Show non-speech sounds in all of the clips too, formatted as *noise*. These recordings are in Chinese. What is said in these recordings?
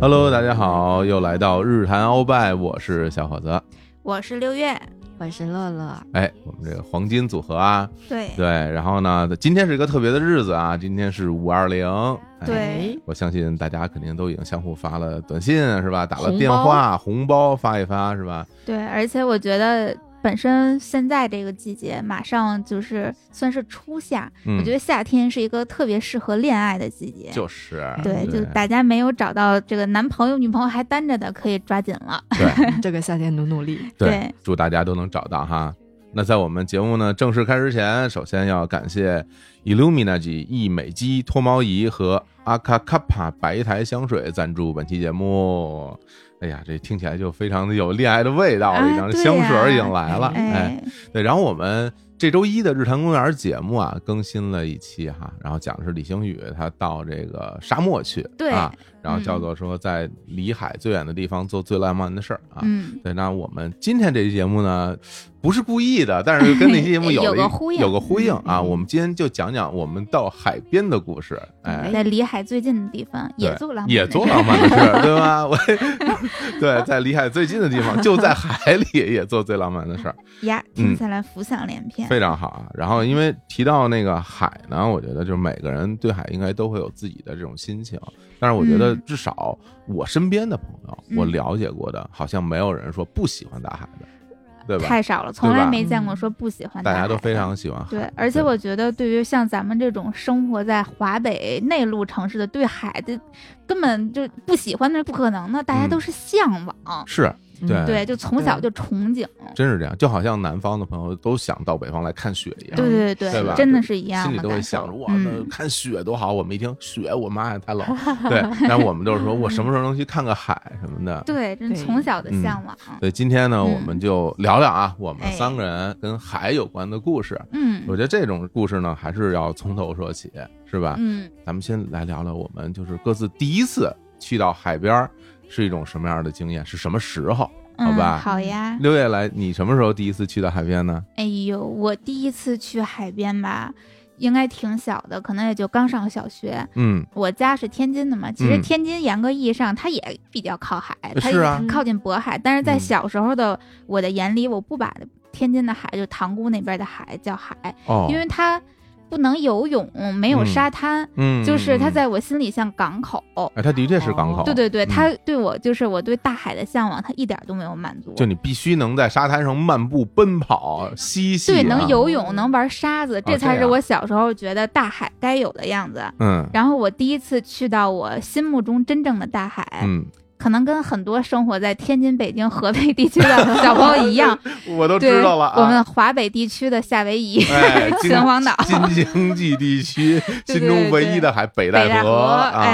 Hello，大家好，又来到日坛鳌拜，我是小伙子。我是六月，我是乐 *laughs* 乐，哎，我们这个黄金组合啊，对对，然后呢，今天是一个特别的日子啊，今天是五二零，哎对我相信大家肯定都已经相互发了短信啊是吧？打了红包电话，红包发一发是吧？对，而且我觉得本身现在这个季节马上就是算是初夏，嗯我觉，得夏天是一个特别适合恋爱的季节。就是嗯对，对就大家没有找到这个男朋友、女朋友还单着的，可以抓紧了。对这个夏天努努力。对对，祝大家都能找到哈。那在我们节目呢正式开始前，首先要感谢 Illumina 及易美肌脱毛仪和阿卡卡帕白苔香水赞助本期节目。哎呀，这听起来就非常的有恋爱的味道了，啊已经对香呀水儿已经来了，哎，哎，对，然后我们这周一的日坛公园节目啊，更新了一期哈，然后讲的是李星宇他到这个沙漠去，对啊，然后嗯叫做说在离海最远的地方做最浪漫的事儿啊。嗯，对，那我们今天这期节目呢，不是故意的，但是跟那期节 *laughs* 目有有一个呼应有个呼应啊。嗯嗯我们今天就讲讲我们到海边的故事，哎，在离海最近的地方也对做浪漫，也做浪。漫的 *laughs* 事，对吧？我 *laughs* 对，在离海最近的地方，就在海里也做最浪漫的事儿。呀，嗯听起来浮想联翩。非常好啊。然后因为提到那个海呢，我觉得就是每个人对海应该都会有自己的这种心情，但是我觉得嗯至少我身边的朋友，嗯我了解过的，好像没有人说不喜欢大海的，对吧？太少了，从对吧嗯来没见过说不喜欢大海家都非的嗯常喜欢海，对，而且我觉得，对于像咱们这种生活在华北内陆城市的，对海的根本就不喜欢那是不可能的，大家嗯都是向往，是嗯对对，就从小就憧憬，真是这样，就好像南方的朋友都想到北方来看雪一样。对对对吧真的是一样心里的都会感想着受哇，那嗯，看雪多好！我们一听雪，我妈呀，太 *laughs* 冷。对，但是我们就是说我什么时候能去看个海什么的。对，真对从小的嗯向往，对，今天呢，嗯我们就聊聊啊，我们哎三个人跟海有关的故事。嗯我觉得这种故事呢，还是要从头说起，是吧？嗯，咱们先来聊聊我们就是各自第一次去到海边儿是一种什么样的经验，是什么时候？好嗯吧好呀，六月来，你什么时候第一次去到海边呢？哎呦，我第一次去海边吧，应该挺小的，可能也就刚上小学，嗯，我家是天津的嘛，其实嗯天津严格意义上它也比较靠海，它是啊也靠近渤海，但是在嗯小时候的我的眼里，我不把天津的海就塘沽那边的海叫海，哦，因为它不能游泳，没有嗯沙滩，嗯，就是它嗯，在我心里像港口。哎，它的确是港口，对对对，嗯它对我就是我对大海的向往，它一点都没有满足。就你必须能在沙滩上漫步、奔跑、嬉戏、啊，哦啊对，能游泳，能玩沙子，这这才是样我小时候觉得大海该有的样子。嗯然后我第一次去到我心目中真正的大海，嗯，可能跟很多生活在天津、北京、河北地区的小朋友一样，我都对知道了啊。我们华北地区的夏 *laughs* 威夷、哎，京秦皇岛、新经济地区对对心中唯一的海北北戴戴河河，啊，哎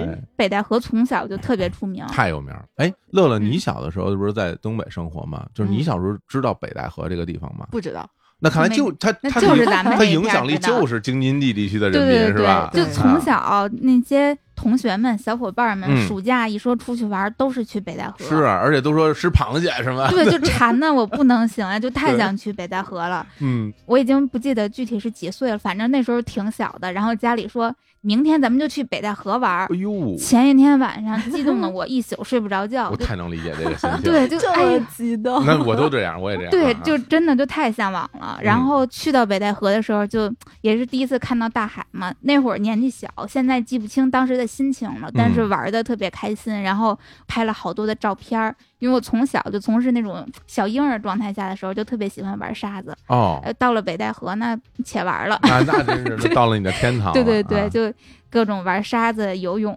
哎北戴河，从小就特别出名。太有名了。哎，乐乐，嗯你小的时候不是在东北生活吗？就是你小时候知道北戴河这个地方吗？不知道，那看来就他那他就是影咱们他这一影片响儿力知道就是京津冀地区的对人民对是吧啊对，？就对从小那些同学们、小伙伴嗯们，暑假一说出去玩，都是去北戴河。是，啊，而且都说吃螃蟹是吧？对，就馋的我不能行啊，就太对想去北戴河了。嗯，我已经不记得具体是几岁了，反正那时候挺小的。然后家里说明天咱们就去北戴河玩哎。呦，前一天晚上激动的我一宿睡不着觉，我就太能理解这个心情。对，，就哎呀，激动那我都这样，我也这样啊。对，就真的就太向往了。然嗯后去到北戴河的时候，就也是第一次看到大海嘛。那会儿年纪小，现在记不清当时的心情了，但是嗯玩的特别开心，然后拍了好多的照片儿。因为我从小就从事那种小婴儿状态下的时候，就特别喜欢玩沙子。哦，呃，到了北戴河那且玩了，那那真是那到了你的天堂了。对对对，啊就各种玩沙子、游泳，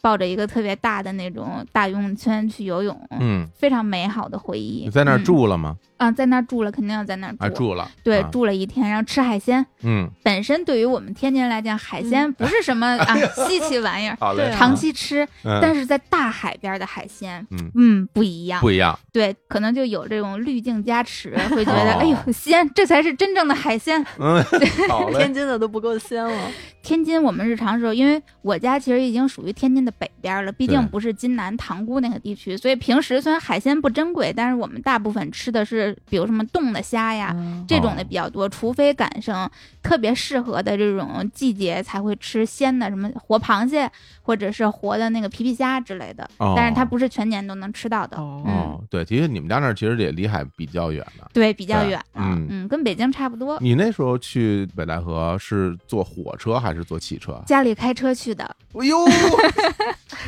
抱着一个特别大的那种大游泳圈去游泳。嗯，非常美好的回忆。你在那儿嗯住了吗？啊，在那儿住了，肯定要在那儿住。啊，住了，对，啊住了一天，然后吃海鲜。嗯，本身对于我们天津人来讲，海鲜不 *laughs* 是什么、啊稀奇玩意儿，好嘞对啊长期吃。嗯但是在大海边的海鲜，嗯不一样。不 *laughs* 一样，对，可能就有这种滤镜加持，会觉得、哦哎呦鲜，这才是真正的海鲜。嗯，好嘞，天津的都不够鲜了。天津我们日常的时候，因为我家其实已经属于天津的北边了，毕对竟不是津南塘沽那个地区，所以平时虽然海鲜不珍贵，但是我们大部分吃的是比如什么冻的虾呀。嗯这种的哦比较多，除非赶上特别适合的这种季节才会吃鲜的，什么活螃蟹或者是活的那个皮皮虾之类的。哦 *laughs* 但是它不嗯是全年都能吃到的，哦，哦，对，的确，你们家那儿其实也离海比较远的。对，比较对远的，嗯跟北京差不多。你那时候去北戴河是坐火车还是坐汽车？家里开车去的，哎 *laughs* 呦，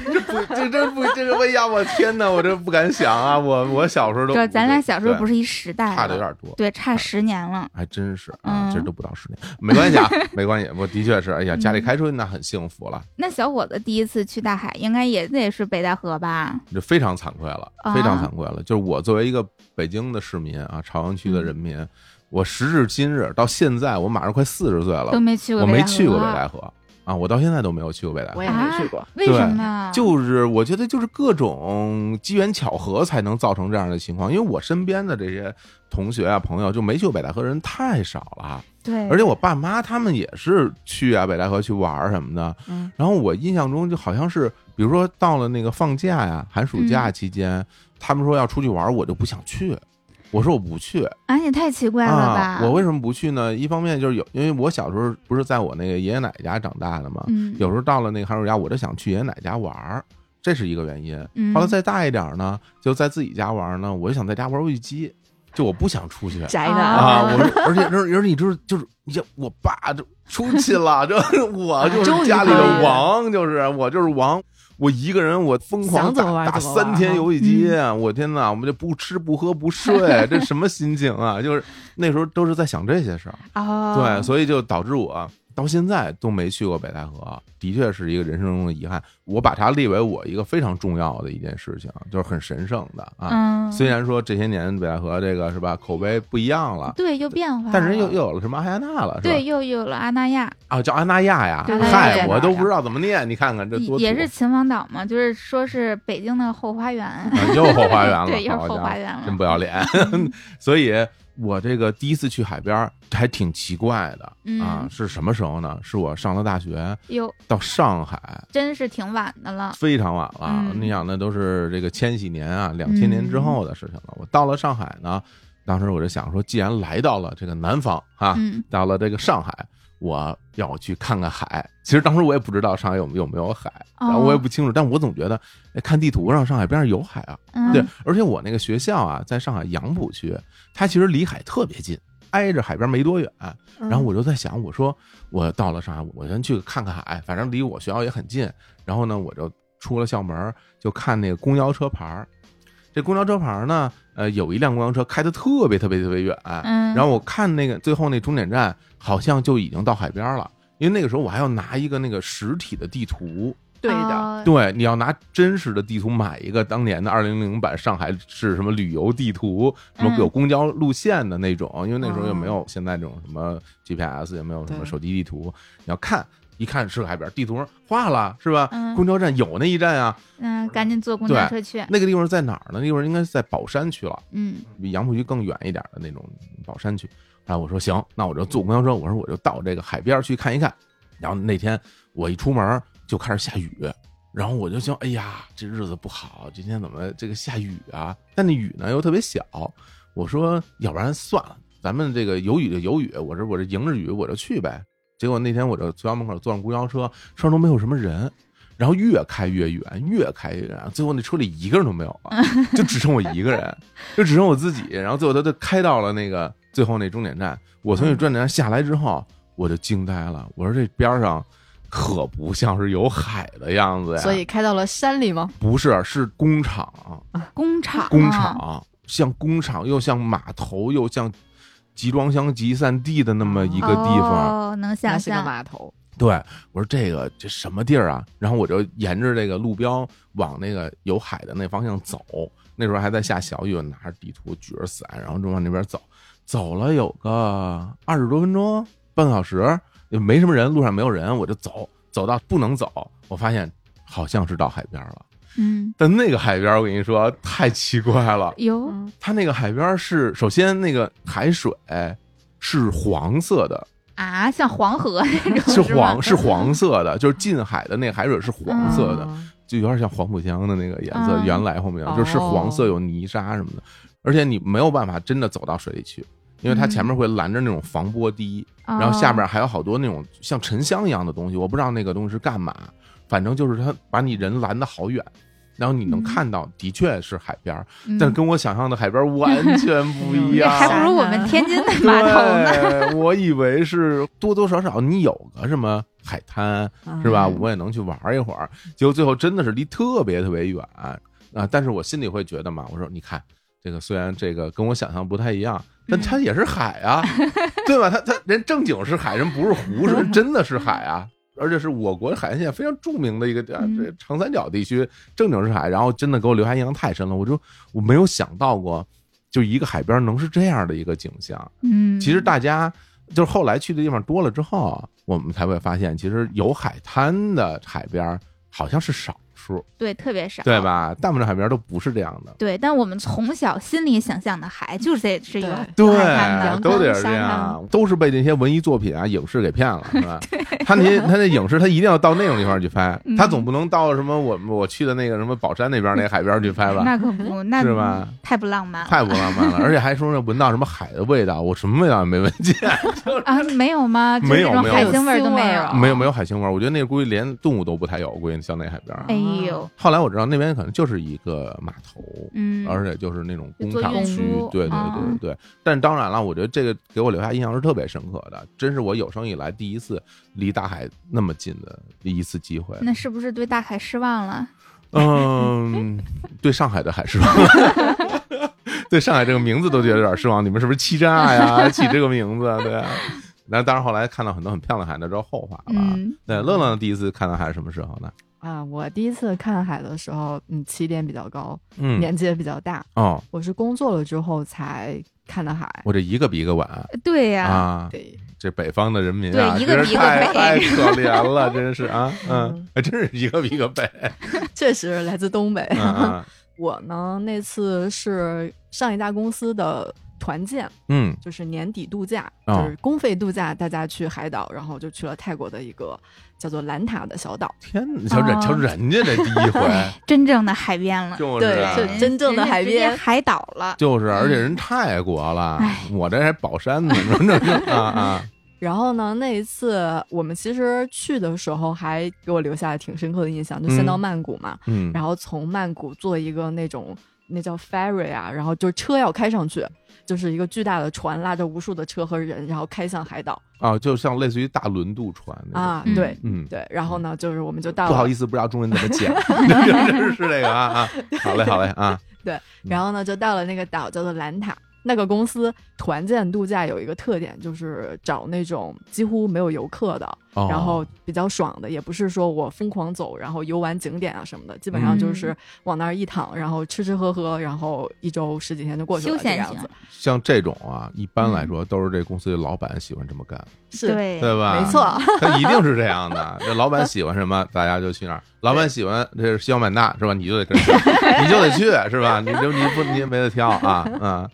这不，这真不，这个，哎呀，我天哪，我这不敢想啊！我我小时候都，这咱俩小时候不是是一时代差的有了点多，对，差十年了。还真是啊，嗯这都不到十年，没关系 *laughs* 啊，没关系，我的确是，哎呀，家里开车那很幸福了，那小伙子第一次去大海，应该也得是北戴河吧？这非常惭愧了，啊非常惭愧了。就是我作为一个北京的市民啊，朝阳区的人民，嗯我时至今日到现在，我马上快四十岁了都，没去过我北戴没河，去过北戴河啊，我到现在都没有去过北戴河我。也没去过。为什么啊呀？就是我觉得就是各种机缘巧合才能造成这样的情况，因为我身边的这些同学啊朋友就没去过北戴河的人太少了，对，而且我爸妈他们也是去啊北戴河去玩儿什么的，嗯，然后我印象中就好像是，比如说到了那个放假呀、寒暑嗯假期间，他们说要出去玩儿，我就不想去。我说我不去啊，也太奇怪了吧啊！？我为什么不去呢？一方面就是有，因为我小时候不是在我那个爷爷奶奶家长大的嘛，嗯，有时候到了那个寒暑假，我就想去爷爷奶奶家玩儿，这是一个原因。嗯后来再大一点儿呢，就在自己家玩儿呢，我就想在家玩儿游戏机，就我不想出去。宅啊男啊，我们而且而而且你知道，就是你像我爸就出去了， *laughs* *laughs* 这我就是家里的王，就是我就是王，我一个人我疯狂想怎么打玩打怎么玩嗯三天游戏机，啊我天呐，我们就不吃不喝不睡，这什么心情啊？就是那时候都是在想这些事儿，哦，对，所以就导致我。到现在都没去过北戴河，的确是一个人生中的遗憾。我把它列为我一个非常重要的一件事情，就是很神圣的啊。嗯，虽然说这些年北戴河这个是吧，口碑不一样了，对又变化了，啊但是又又有了什么阿亚娜了，是吧？对又有了阿那亚，啊，叫阿那亚呀，对嗨，对我都不知道怎么念，你看看这也多也土啊是秦皇岛嘛，就是说是北京的后花园，啊又后花园了， *laughs* 对，又是好后家花伙园嗯了，真不要脸。 *laughs* 所以我这个第一次去海边儿还挺奇怪的啊嗯，是什么时候呢？是我上了大学哟，到上海。真是挺晚的了，非常晚了，啊嗯你想那都是这个千禧年啊，两千年之后的事情了。我到了上海呢，当时我就想说，既然来到了这个南方啊，嗯到了这个上海，我要去看看海。其实当时我也不知道上海有有没有海，哦然后我也不清楚，但我总觉得、哎、看地图上上海边上有海啊。嗯，对，而且我那个学校啊，在上海杨浦区，它其实离海特别近，挨着海边没多远。嗯然后我就在想，我说我到了上海，我先去看看海，反正离我学校也很近。然后呢，我就出了校门儿，就看那个公交车牌儿。这公交车牌儿呢，呃，有一辆公交车开的特别特别特别远，嗯，然后我看那个最后那终点站好像就已经到海边了，因为那个时候我还要拿一个那个实体的地图，对的，哦，对，你要拿真实的地图买一个当年的二零零版上海市什么旅游地图，什么嗯有公交路线的那种，因为那时候哦也没有现在这种什么 GPS，也没有什么对手机地图，你要看一看是个海边，地图上画了是吧？嗯公交站有那一站啊，嗯，赶紧坐公交车去，那个地方在哪儿呢？那地方应该是在宝山区了。嗯比杨浦区更远一点的那种宝山区。然后我说行，那我就坐公交车，我说我就到这个海边去看一看。然后那天我一出门就开始下雨，然后我就想，哎呀，这日子不好，今天怎么这个下雨啊？但那雨呢又特别小，我说要不然算了，咱们这个有雨就有雨，我这我这迎着雨我就去呗。结果那天我就学校门口坐上公交车，车上都没有什么人，然后越开越远，越开越远，最后那车里一个人都没有了，就只剩我一个人，就只剩我自己。然后最后他就开到了那个最后那终点站，我从那终点站下来之后，我就惊呆了，我说这边上可不像是有海的样子呀，所以开到了山里吗？不是是工厂，工厂，啊工，厂，像工厂又像码头又像集装箱集散地的那么一个地方。哦，能那想是个象，码头，对，我说这个这什么地儿啊？然后我就沿着这个路标往那个有海的那方向走。那时候还在下小雨，我拿着地图举着伞，然后就往那边走。走了有个二十多分钟，半个小时，也没什么人，路上没有人，我就走，走到不能走，我发现好像是到海边了。嗯，但那个海边，我跟你说太奇怪了，哟，嗯它那个海边是首先那个海水是黄色的，啊，像黄河那种哦是吗黄是黄色的，就是近海的那海水是黄色的，嗯就有点像黄浦江的那个颜色。嗯原来黄浦江就是黄色，哦有泥沙什么的，而且你没有办法真的走到水里去，因为它前面会拦着那种防波堤，哦然后下边还有好多那种像沉香一样的东西，我不知道那个东西是干嘛，反正就是它把你人拦得好远。然后你能嗯看到，的确是海边儿，嗯但跟我想象的海边儿完 *laughs* 全不一对样，还不如我们天津的码头呢。 *laughs* 对，我以为是多多少少你有个什么海滩嗯是哎吧，我也能去玩一会儿。结果最后真的是离特别特别远啊！但是我心里会觉得嘛，我说你看这个虽然这个跟我想象不太一样，但它也是海啊， *laughs* 对吧？它它人正经是海，人不是湖，是真的是海啊。而且是我国海岸线非常著名的一个地儿，啊嗯这长三角地区正经是海，然后真的给我留下印象太深了，我就我没有想到过，就一个海边能是这样的一个景象。嗯，其实大家就是后来去的地方多了之后啊，我们才会发现，其实有海滩的海边儿好像是少数，对特别少，对？吧？大部分海边儿都不是这样的。对，但我们从小心里想象的海就是这是一个对有海滩的阳光都得是这沙样，都是被那些文艺作品啊、影视给骗了，是 *laughs* 吧？他那些他那影视，他一定要到那种地方去拍，嗯他总不能到什么我我去的那个什么宝山那边那个海边儿去拍吧？那可不，那嗯是吧太不浪 *laughs* 漫了太不浪漫了， *laughs* 而且还说是闻到什么海的味道，我什么味道也没闻见，啊！没有吗？就是没有那没种有海腥味儿都没有腥味儿有。没有没有海腥味儿，我觉得那估计连动物都不太有，估计像那海边儿。哎呦，后来我知道那边可能就是一个码头，嗯，而且就是那种工做厂运区输，对对啊对对。但当然了，我觉得这个给我留下印象是特别深刻的，真是我有生以来第一次离大海那么近的一次机会。那是不是对大海失望了？嗯， *laughs* 对上海的海失望， *laughs* 对上海这个名字都觉得有点失望。你们是不是欺诈 *laughs* 呀？起这个名字，对啊。那当然，后来看到很多很漂亮的海，那都是后话了啊。嗯，对，乐乐第一次看到海是什么时候呢？啊，我第一次看海的时候，嗯，起点比较高，嗯，年纪也比较大，哦，我是工作了之后才看的海。我这一个比一个晚对呀，啊。对，这北方的人民啊，对一个真比是一个太背太可怜了，真是啊，嗯嗯，还真是一个比一个背， *laughs* 确实来自东北。嗯嗯我呢，那次是上一家公司的团建，嗯就是年底度假，哦就是公费度假，大家去海岛，然后就去了泰国的一个叫做兰塔的小岛。天哪，瞧人哦瞧人家这第一回，真正的海边了，就是对啊这真正的海边人家直接海岛了。就是，而且人泰国了哎，我这还宝山呢， *laughs* 你说这啊啊，然后呢，那一次我们其实去的时候还给我留下了挺深刻的印象，就先嗯到曼谷嘛，嗯，然后从曼谷坐一个那种那叫 ferry 啊，然后就车要开上去，就是一个巨大的船拉着无数的车和人，然后开向海岛啊，就像类似于大轮渡船那种，啊，嗯对。嗯，对，然后呢，就是我们就到不好了意，思，不知道中文怎么讲，是是这个啊啊，好嘞好嘞啊，然后呢就到了那个岛叫做兰塔。那个公司团建度假有一个特点，就是找那种几乎没有游客的，哦然后比较爽的，也不是说我疯狂走，然后游玩景点啊什么的，基本上就嗯是往那儿一躺，然后吃吃喝喝，然后一周十几天就过去休了，这闲样型子像这种啊，一般来说都是这公司的老板喜欢这么干，是，对嗯对吧？没错， *laughs* *laughs* 他一定是这样的。这老板喜欢什么，大家就去哪儿。老板喜欢这是西双版纳是吧？你就得跟着去，你就得去是吧？你就你不你也没得挑啊， *laughs* 嗯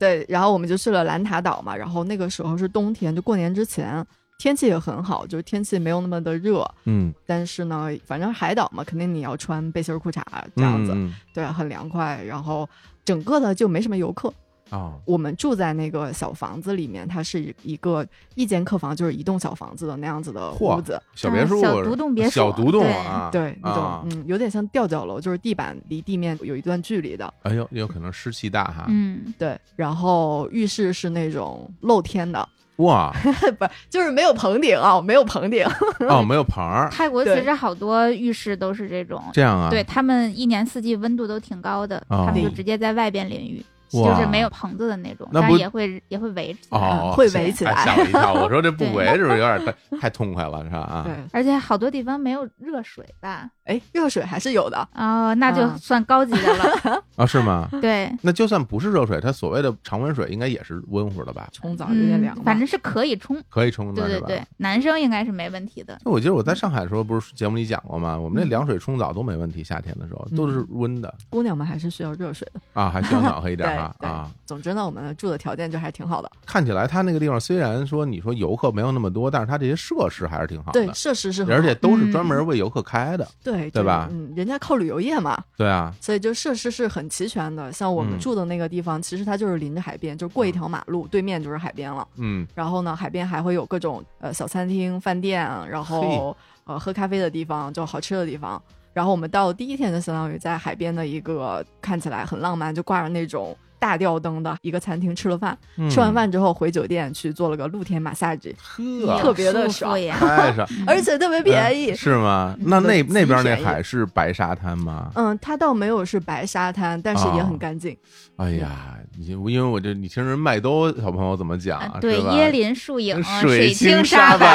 对，然后我们就去了兰塔岛嘛，然后那个时候是冬天，就过年之前，天气也很好，就是天气没有那么的热，嗯，但是呢，反正海岛嘛，肯定你要穿背心儿裤衩这样子，嗯对，啊很凉快。然后整个的就没什么游客，嗯哦，我们住在那个小房子里面，它是一个一间客房，就是一栋小房子的那样子的嚯屋子，小别墅，嗯小独栋别墅小独栋啊，对，你懂，啊嗯，有点像吊脚楼，就是地板离地面有一段距离的，哎呦，有可能湿气大哈，嗯，对。然后浴室是那种露天的， *laughs* 哇不是，就是没有棚顶啊，没有 *laughs* 棚顶。哦，没有棚儿，泰国其对实好多浴室都是这种，这样啊， *laughs* 对他们一年四季温度都挺高的，哦他们就直接在外边淋浴，哇就是没有棚子的那种，那但不也会也会围起来。哦，会围起来哎吓我一跳，我说这不对围是不是有点太太痛快了是吧？啊，对，而且好多地方没有热水吧？哎，热水还是有的。哦，那就嗯算高级的了。啊是吗？ *laughs* 对，那就算不是热水，它所谓的常温水应该也是温乎的吧？冲澡啊有点嗯凉吧，，反正是可以冲。可以冲的对是对吧？对，男生应该是没问题的。那我记得我嗯在上海的时候，不是节目里讲过吗？我们那凉水冲澡都没问题，夏天的时候嗯都是温的姑娘们还是需要热水的。啊，还需要暖和一点它 *laughs* 对啊。总之呢，我们住的条件就还挺好的，看起来它那个地方虽然说你说游客没有那么多，但是它这些设施还是挺好的对，，设施是很而且好的嗯都是专门为游客开的。对对吧嗯，人家靠旅游业嘛，对啊，所以就设施是很齐全的。像我们嗯住的那个地方，其实它就是临着海边，就是过一条马路，对面就是海边了。嗯，然后呢，海边还会有各种呃小餐厅、饭店，然后呃喝咖啡的地方，就好吃的地方。然后我们到第一天就相当于在海边的一个看起来很浪漫，就挂着那种大吊灯的一个餐厅吃了饭。嗯嗯吃完饭之后回酒店去做了个露天马萨吉，呵，特别的舒服嗯爽呀。太爽， *laughs* 而且特别便宜哎。是吗？那那嗯那边那极便宜海是白沙滩吗？嗯，它倒没有是白沙滩，但是也很干净。哎呀，嗯你因为我这你听人麦兜小朋友怎么讲啊，是对，吧呃椰林树影，水清沙白。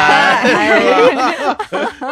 *laughs* 哎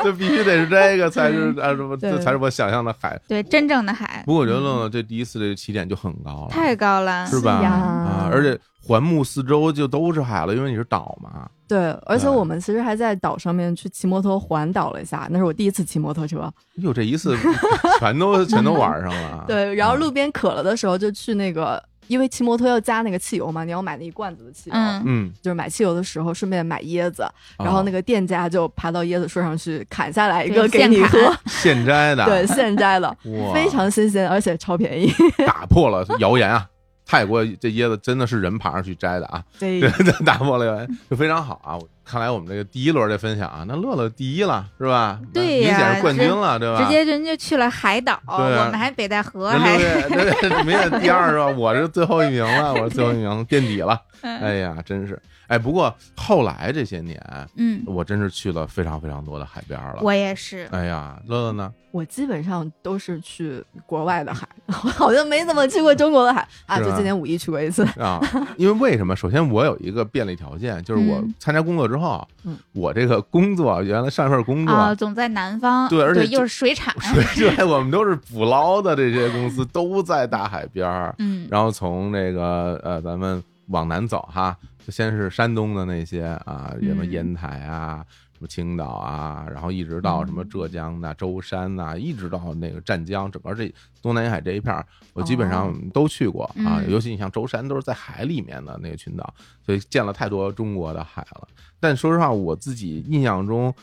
这必须得是这个才是啊什么，这对嗯才是我想象的海。对，真正的海不过我觉得呢，这第一次这个起点就很高了，太高了，是吧？是呀啊，而且环目四周就都是海了，因为你是岛嘛。对，而且对我们其实还在岛上面去骑摩托环岛了一下，那是我第一次骑摩托车。哟，哎这一次 *laughs* 全都全都玩上了。 *laughs* 对，然后路啊边渴了的时候就去那个，因为骑摩托要加那个汽油嘛，你要买那一罐子的汽油。嗯，嗯，就是买汽油的时候，顺便买椰子，啊然后那个个店家就爬到椰子树上去砍下来一对个给现你砍 *laughs* 喝，啊现摘的， *laughs* 对，现摘的， *laughs* 哇，非常新鲜，而且超 *laughs* 便宜。打破了谣言啊！泰国这椰子真的是人爬上去摘的啊，对对，打破了谣言， *laughs* 就非常好啊！我看来我们这个第一轮的分享啊，那乐乐第一了是吧？对呀明显是冠军了，对吧？直接人就去了海岛，对啊我们还北戴河，人还六月， *laughs* 对对，没有第二是吧？我是最后一名 *laughs* 了，我是最后一名，垫底了。哎呀，真是哎！不过后来这些年，嗯，我真是去了非常非常多的海边了。我也是，哎呀，乐乐呢？我基本上都是去国外的海， *laughs* 我好像没怎么去过中国的海啊，是吧就今年五一去过一次。啊，因为为什么？首先，我有一个便利条件，就是我嗯参加工作之后，嗯我这个工作原来上一份工作，啊，总在南方，对而且又是水 *laughs* 产，水对，我们都是捕捞的这些公司都在大海边儿，嗯，然后从这个呃，咱们往南走哈，就先是山东的那些啊，什么嗯烟台啊，什么青岛啊，然后一直到什嗯么浙江呐、舟山呐、一直到那个湛江，整个这东南沿海这一片儿，我基本上都去过啊。哦嗯尤其你像舟山，都是在海里面的那个群岛，所以见了太多中国的海了。但说实话，我自己印象中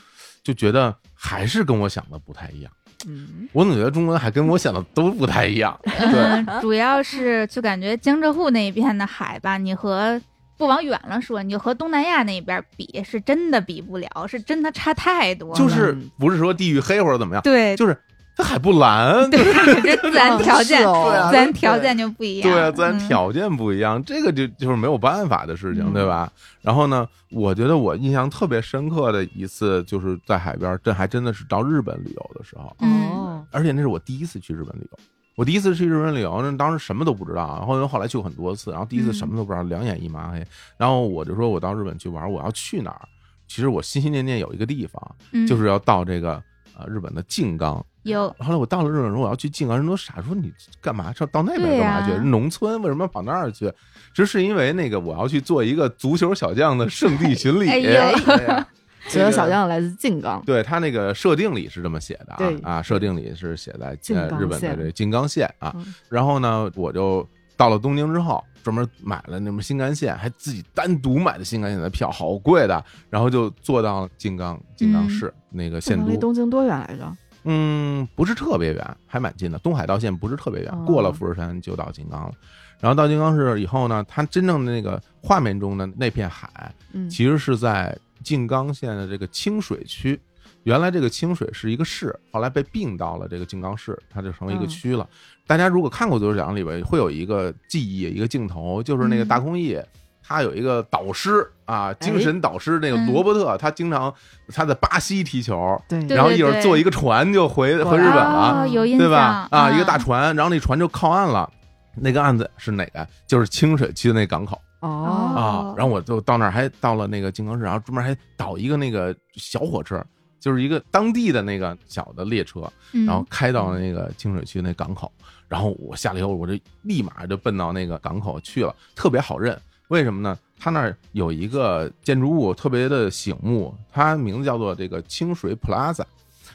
就觉得还是跟我想的不太一样。嗯，我总觉得中国的海跟我想的都不太一样。 *laughs* 对，嗯，主要是就感觉江浙沪那边的海吧，你和不往远了说，你就和东南亚那边比，是真的比不了，是真的差太多了，就是不是说地域黑或者怎么样，对，就是它海不蓝，对对，这自然条件是，哦对啊自然条件就不一样，啊，自然嗯条件不一样，这个就就是没有办法的事情，嗯对吧？然后呢，我觉得我印象特别深刻的一次就是在海边，这还真的是到日本旅游的时候，嗯哦，而且那是我第一次去日本旅游。我第一次去日本旅游，那当时什么都不知道，啊然后后来去过很多次，然后第一次嗯什么都不知道，两眼一抹黑。然后我就说，我到日本去玩，我要去哪儿？其实我心心念念有一个地方，嗯就是要到这个呃日本的静冈。有后来我到了日本，说我要哎去静冈，人都傻，说你干嘛上到那边对干呀嘛去？农村为什么要跑那儿去？只是因为那个我要去做一个足球小将的圣地巡礼。 *laughs* 哎呦呀觉得小将来自静冈，对他那个设定里是这么写的对啊啊，设定里是写在静呃冈日本的县这静冈县啊嗯。然后呢，我就到了东京之后，专门买了那么新干线，还自己单独买的新干线的票，好贵的。然后就坐到静冈静冈嗯市那个静县冈离都，东京多远来着？嗯，不是特别远，还蛮近的。东海道线不是特别远，哦过了富士山就到金刚了。然后到金刚市以后呢，它真正的那个画面中的那片海，嗯，其实是在静冈县的这个清水区。原来这个清水是一个市，后来被并到了这个静冈市，它就成为一个嗯区了。大家如果看过《足球奖》里边，会有一个记忆，一个镜头，就是那个嗯大空翼，他有一个导师啊，精神导师那个嗯罗伯特，他经常他在巴西踢球，对，对然后一会儿坐一个船就回对回日本了，哦有印对象吧？嗯啊，一个大船，然后那船就靠岸了。那个案子是哪个？就是清水区的那港口哦，啊哦。然后我就到那儿，还到了那个金刚市，然后专门还倒一个那个小火车，就是一个当地的那个小的列车，嗯然后开到那个清水区那港口。然后我下来以后，我就立马就奔到那个港口去了，特别好认。为什么呢？它那儿有一个建筑物特别的醒目，它名字叫做这个清水 Plaza。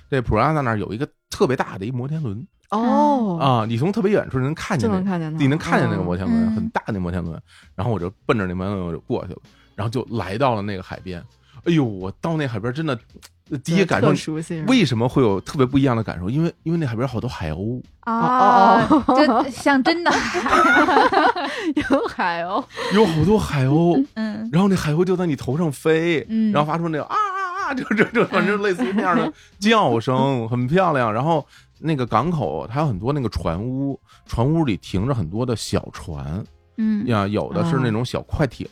这 Plaza 那儿有一个特别大的一摩天轮，哦啊，你从特别远处能看就见那能看见它，你能看见那个嗯摩天轮，嗯很大的摩天轮。然后我就奔着那摩天轮我就过去了，然后就来到了那个海边。哎呦，我到那海边真的，呃第就一是感特受熟悉，是吧为什么会有特别不一样的感受？因为因为那海边好多海鸥，啊哦，就像真的， *laughs* *laughs* 有海鸥，有好多海 *laughs* 鸥，嗯然后那海鸥就在你头上飞，嗯，然后发出那个啊啊啊，就这这反嗯正类似于那样的叫声，很漂亮。然后那个港口它有很多那个船屋，船屋里停着很多的小船，嗯呀，有的是啊那种小快艇，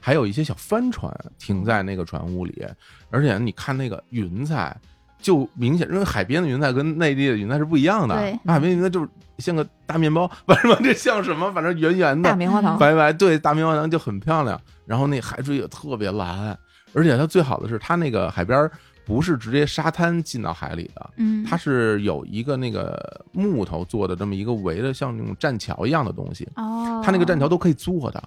还有一些小帆船停在那个船坞里，而且你看那个云彩，就明显，因为海边的云彩跟内地的云彩是不一样的，对海边云彩就是像个大面包， *laughs* 反正这像什么，反正圆圆大的，棉花糖，白白，对，大明王堂就很漂亮，然后那海水也特别蓝，而且它最好的是它那个海边儿不是直接沙滩进到海里的，嗯，它是有一个那个木头做的这么一个围的像那种栈桥一样的东西，哦，它那个栈桥都可以坐的，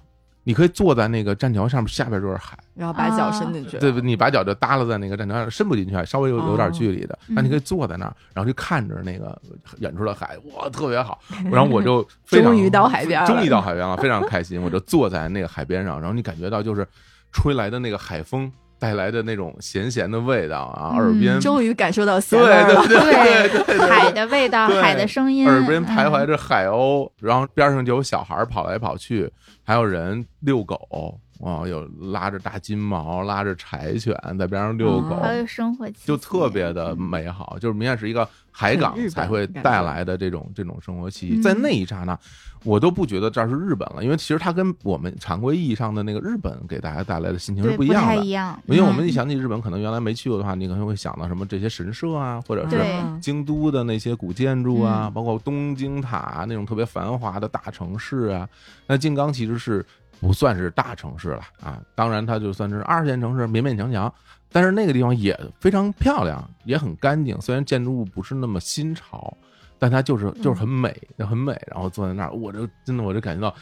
你可以坐在那个栈桥上面，下边就是海，然后把脚伸进去，对不？你把脚就耷拉在那个栈桥上，伸不进去，稍微有有点距离的，但你可以坐在那儿，然后就看着那个远处的海，哇，特别好。然后我就非常终于到海边了终于到海边了，非常开心。我就坐在那个海边上，然后你感觉到就是吹来的那个海风带来的那种咸咸的味道啊，嗯耳边终于感受到咸对味儿了对，对对对对，海的味道，对海的声音，耳边徘徊嗯着海鸥，然后边上就有小孩儿跑来跑去，还有人遛狗啊，有拉着大金毛、拉着柴犬在边上遛狗，哦嗯还有嗯生活气息，就特别的美好，就是明显是一个海港很日本才会带来的这种这种生活气息。嗯在那一刹那，我都不觉得这儿是日本了，因为其实它跟我们常规意义上的那个日本给大家带来的心情是对，不一不样太的一。样，因为我们一嗯想起日本，可能原来没去过的话，你可能会想到什么这些神社啊，或者是对嗯京都的那些古建筑啊，嗯包括东京塔那种特别繁华的大城市啊，那静冈其实是不算是大城市了啊，当然它就算是二线城市，勉勉强强。但是那个地方也非常漂亮，也很干净，虽然建筑物不是那么新潮，但它就是就是很美，很美。然后坐在那儿，我就真的我就感觉到，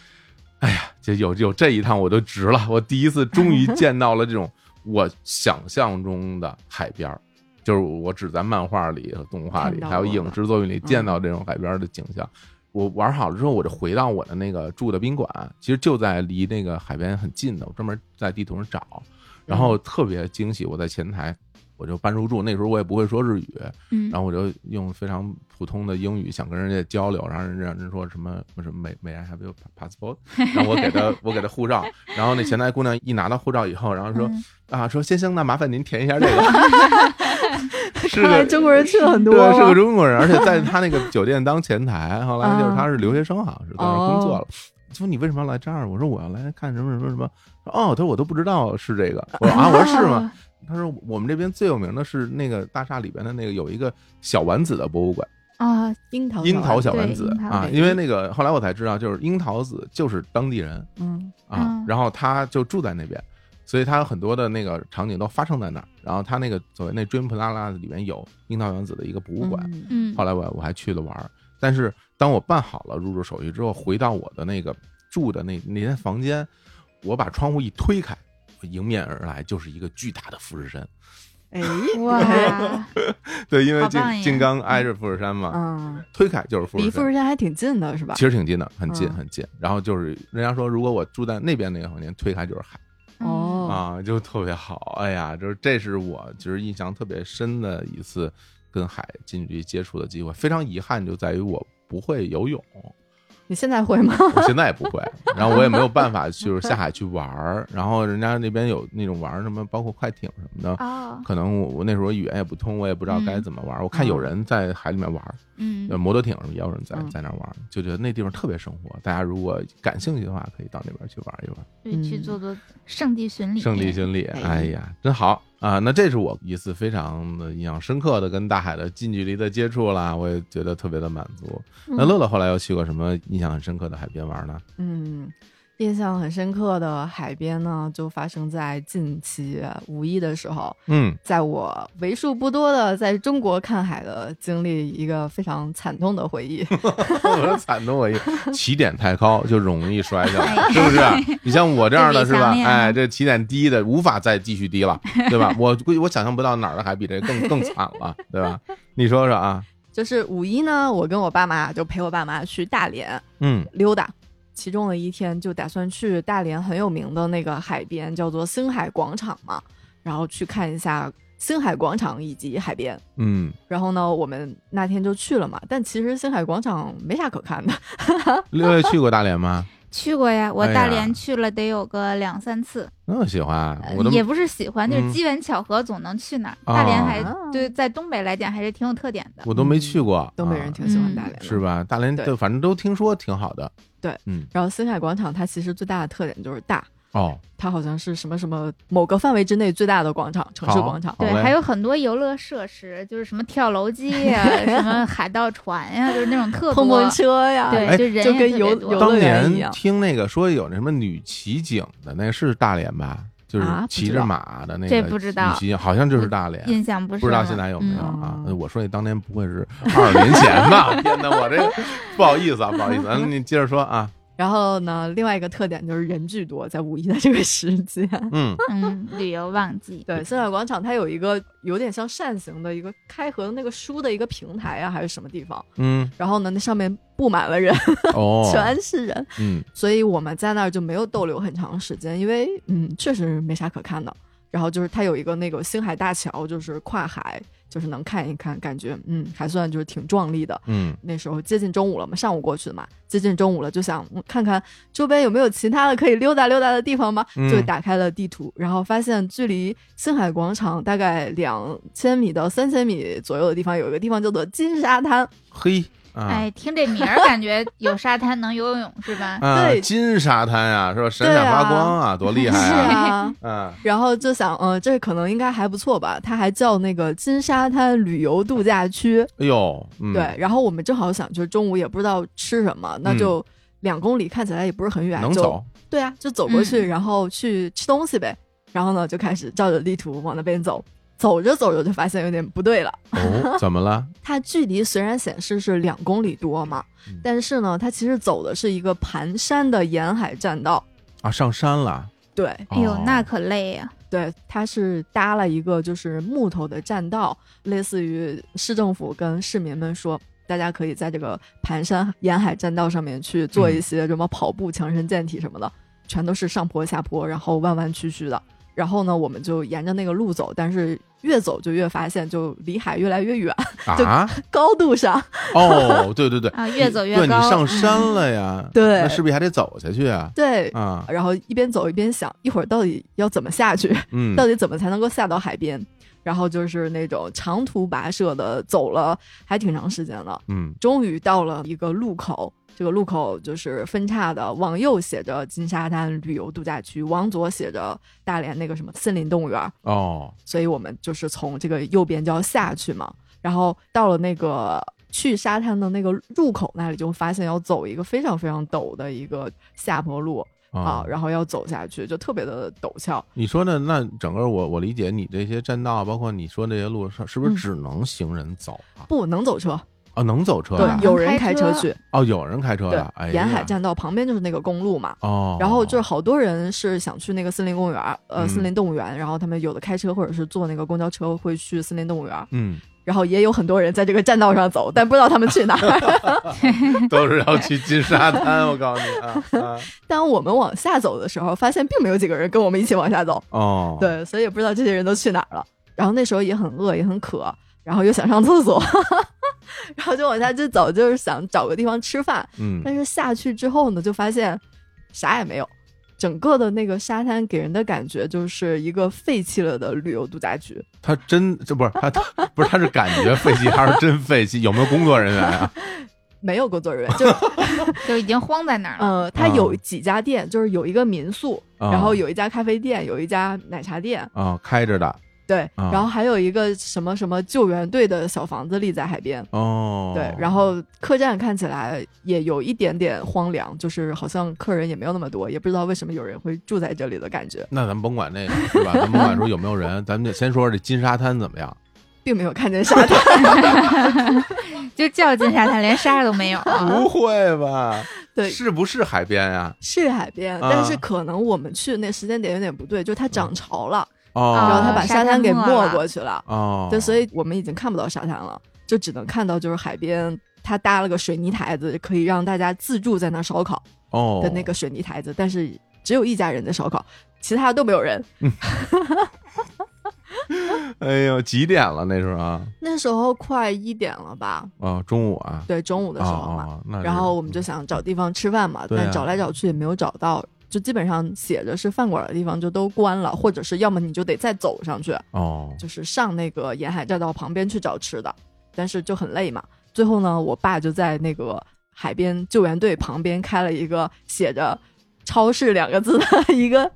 哎呀，这有有这一趟我就值了，我第一次终于见到了这种我想象中的海边儿。就是我只在漫画里、和动画里，看到还有过影了视作品里见到这种海边儿的景象。我玩好了之后，我就回到我的那个住的宾馆，其实就在离那个海边很近的，我专门在地图上找，然后特别惊喜，我在前台我就办入住，那时候我也不会说日语，嗯，然后我就用非常普通的英语想跟人家交流，然后人家人说什么什么美美 I have your *laughs* passport，然后我给他我给他护照，然后那前台姑娘一拿到护照以后，然后说、嗯啊说先生，那麻烦您填一下这个，是看来个中国人去了很多对，是个了，中国人，而且在他那个酒店当前台。后来啊就是他是留学生，好像是在那儿工作哦了。说你为什么要来这儿？我说我要来看什么什么什么。哦，他说我都不知道是这个。我说嗯啊，我说是 *laughs* 吗？他说我们这边最有名的是那个大厦里边的那个有一个小丸子的博物馆，啊，樱桃樱桃小对丸子樱桃啊。对因为那个后来我才知道，就是樱桃子就是当地人嗯，啊嗯，然后他就住在那边。所以他有很多的那个场景都发生在那儿，然后他那个所谓那 Dream Plaza 里面有樱桃小丸子的一个博物馆，嗯嗯，后来我我还去了玩儿，但是当我办好了入住手续之后，回到我的那个住的那那间房间，我把窗户一推开，我迎面而来就是一个巨大的富士山。哎， *laughs* 哇，嗯对，因为好金棒呀金刚挨着富士山嘛， *laughs* *laughs* 嗯，推开就是富离士富山。士山还挺近的，是吧其？实挺近的，很近嗯很近。然后就是人家说，如果我住在那边那个房间，推开就是海嗯，哦，啊，就特别好。哎呀，就是这是我其实印象特别深的一次跟海近距离接触的机会。非常遗憾就在于我不会游泳， *laughs* 你现在会吗？我现在也不会，然后我也没有办法，就是下海去玩儿。然后人家那边有那种玩儿什么，包括快艇什么的，哦，可能我我那时候语言也不通，我也不知道该怎么玩儿。我看有人在海里面玩儿，嗯呃，摩托艇什么也有人在嗯在那儿玩儿，就觉得那地方特别生活。大家如果感兴趣的话，可以到那边去玩一玩。对去嗯做做圣地巡礼，圣地巡礼，哎哎呀，真好啊！那这是我一次非常的印象深刻的跟大海的近距离的接触啦，我也觉得特别的满足。那乐乐后来又去过什么印象很深刻的海边玩呢？嗯，印象很深刻的海边呢，就发生在近期五一的时候，嗯，在我为数不多的在中国看海的经历，一个非常惨痛的回忆。*laughs* *laughs* 我说惨的 *laughs* 我一起点太高就容易摔下来，是不是？你像我这样的是吧哎就？比啊强烈哎，这起点低的无法再继续 *laughs* 低了，对吧？我估计我想象不到哪儿的海比这更更惨了，对吧？你说说啊，就是五一呢，我跟我爸妈就陪我爸妈去大连嗯溜达，其中的一天就打算去大连很有名的那个海边，叫做星海广场嘛，然后去看一下星海广场以及海边。嗯，然后呢，我们那天就去了嘛，但其实星海广场没啥可看的。六月去过大连吗？去过呀，我哎呀大连去了得有个两三次，那么喜欢，呃我都也不是喜欢，就嗯是机缘巧合总能去哪儿。啊大连还啊对，在东北来讲还是挺有特点的。我都没去过，东嗯北人啊挺嗯喜欢大连的，是吧？大连对对，反正都听说挺好的。对，嗯，然后星海广场它其实最大的特点就是大，哦，它好像是什么什么某个范围之内最大的广场，城市广场好。对，嘞还有很多游乐设施，就是什么跳楼机 *laughs* 呀、什么海盗船呀、就是那种特碰多碰。车呀，对，哎就人就也跟特游别多游乐当园一年样听那个说有那什么女骑警的，那是大连吧？就是啊不骑知着道马的那个这女不知道骑警，好像就是大连。印象不是不知道了现在有没有 *laughs* 嗯啊？嗯我说你当年不会是 *laughs* 二十年前吧？ *laughs* 天哪，我这不好意思啊，不好意思，嗯你接着说啊。然后呢，另外一个特点就是人巨多，在五一的这个时间。嗯，嗯，旅游旺季。对，星海广场它有一个有点像扇形的一个开合的那个书的一个平台啊，还是什么地方？嗯然后呢，那上面布满了人，哦，全是人。嗯所以我们在那儿就没有逗留很长时间，因为嗯，确实没啥可看的。然后就是它有一个那个星海大桥，就是跨海，就是能看一看，感觉嗯还算就是挺壮丽的。嗯那时候接近中午了嘛，上午过去的嘛，接近中午了，就想、嗯看看周边有没有其他的可以溜达溜达的地方吗？嗯就打开了地图，然后发现距离星海广场大概两千米到三千米左右的地方，有一个地方叫做金沙滩，嘿啊哎，听这名儿感觉有沙滩能游泳是吧？啊，对金沙滩呀，是吧？闪对闪发啊光啊，多厉害是啊！啊，嗯，然后就想，嗯、这可能应该还不错吧。它还叫那个金沙滩旅游度假区，哎呦，嗯对。，然后我们正好想，就是中午也不知道吃什么，那就两公里看起来也不是很远，嗯能就 *laughs* 走，对啊，就走过去，嗯然后去吃东西呗。然后呢，就开始照着地图往那边走，走着走着就发现有点不对了。哦，怎么了？它距离虽然显示是两公里多嘛嗯，但是呢，它其实走的是一个盘山的沿海栈道。啊，上山了。对，哎呦哦，那可累呀、对，它是搭了一个就是木头的栈道，类似于市政府跟市民们说，大家可以在这个盘山沿海栈道上面去做一些什么跑步、强身健体什么的，全都是上坡下坡，然后弯弯曲曲的。然后呢，我们就沿着那个路走，但是越走就越发现，就离海越来越远， *laughs* 就啊，高度上。哦，对 *laughs* 对对，啊！越走越对你高，上山了呀，对那是不是还得走下去啊？对，啊，然后一边走一边想，一会儿到底要怎么下去？嗯，到底怎么才能够下到海边？然后就是那种长途跋涉的，走了还挺长时间了，嗯，终于到了一个路口。这个路口就是分叉的，往右写着金沙滩旅游度假区，往左写着大连那个什么森林动物园。哦，所以我们就是从这个右边就要下去嘛，然后到了那个去沙滩的那个入口那里，就发现要走一个非常非常陡的一个下坡路啊啊，，然后要走下去，就特别的陡峭。你说的那整个我我理解你这些栈道，包括你说这些路上，是不是嗯只能行人走啊？不能走车，啊，能走车呀对，？有人开车开车去，哦，有人开车对呀？哎，沿海。栈道旁边就是那个公路嘛。哦，然后就是好多人是想去那个森林公园儿，呃，嗯森林动物园。然后他们有的开车或者是坐那个公交车会去森林动物园。嗯，然后也有很多人在这个栈道上走，但不知道他们去哪 *laughs* 儿。都是要去金沙滩，我告诉你啊， *laughs* 啊当我们往下走的时候，发现并没有几个人跟我们一起往下走。哦，，对，所以也不知道这些人都去哪儿了。然后那时候也很饿，也很渴，然后又想上厕所， *laughs* 然后就往下就走，就是想找个地方吃饭。嗯，但是下去之后呢，就发现啥也没有，整个的那个沙滩给人的感觉就是一个废弃了的旅游度假区。他真这不是他他不是他是感觉废弃还是真废弃？有没有工作人员啊？没有工作 *laughs* 人员，就 *laughs* 就已经荒在那儿了。呃，它有几家店，就是有一个民宿，啊然后有一家咖啡店，有一家奶茶店，啊，开着的对，啊然后还有一个什么什么救援队的小房子立在海边，哦，对，然后客栈看起来也有一点点荒凉，就是好像客人也没有那么多，也不知道为什么有人会住在这里的感觉，那咱们甭管那个是吧？咱甭管说有没有人，咱们就先说说这金沙滩怎么样？并没有看见沙滩。 *laughs* 就较劲沙滩，连沙 *laughs* 都没有啊！不会吧？对，是不是海边呀？是海边，啊但是可能我们去那时间点有点不对，就它涨潮了，哦，然啊后它把沙滩给沙滩没了过去了，哦，对，所以我们已经看不到沙滩了。就只能看到就是海边，它搭了个水泥台子，可以让大家自助在那儿烧烤哦的那个水泥台子，但是只有一家人在烧烤，其他都没有人。哎呦，几点了那时候啊？那时候快一点了吧？啊，中午啊，对，中午的时候嘛。哦，哦那是然后我们就想找地方吃饭嘛，对啊但找来找去也没有找到，就基本上写着是饭馆的地方就都关了，或者是要么你就得再走上去，哦，就是上那个沿海栈道旁边去找吃的，但是就很累嘛。最后呢，我爸就在那个海边救援队旁边开了一个写着“超市”两个字的 *laughs* 一个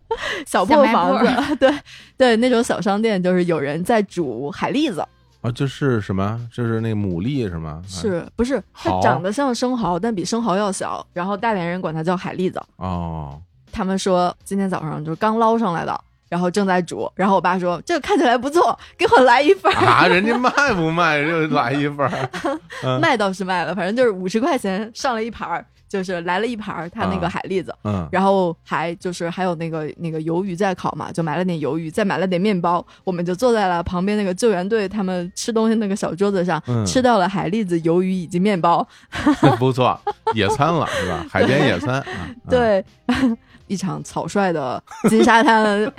小破房小子， *laughs* 对对，那种小商店，就是有人在煮海蛎子，啊，这是什么？这是那个牡蛎是吗？啊是不是？它蚝长得像生蚝，但比生蚝要小，然后大连人管它叫海蛎子。哦，他们说今天早上就是刚捞上来的，然后正在煮。然后我爸说这个看起来不错，给我来一份儿。啊，人家卖不卖就来一份儿， *laughs* 嗯卖倒是卖了，反正就是五十块钱上了一盘儿，就是来了一盘儿他那啊个海蛎子，嗯，然后还就是还有那个那个鱿鱼在烤嘛，就买了点鱿鱼，再买了点面包，我们就坐在了旁边那个救援队他们吃东西那个小桌子上，嗯吃到了海蛎子、鱿鱼以及面包。 *laughs* 不错，野餐了是 *laughs* 吧？海边野餐，啊啊对， *laughs* 一场草率的金沙滩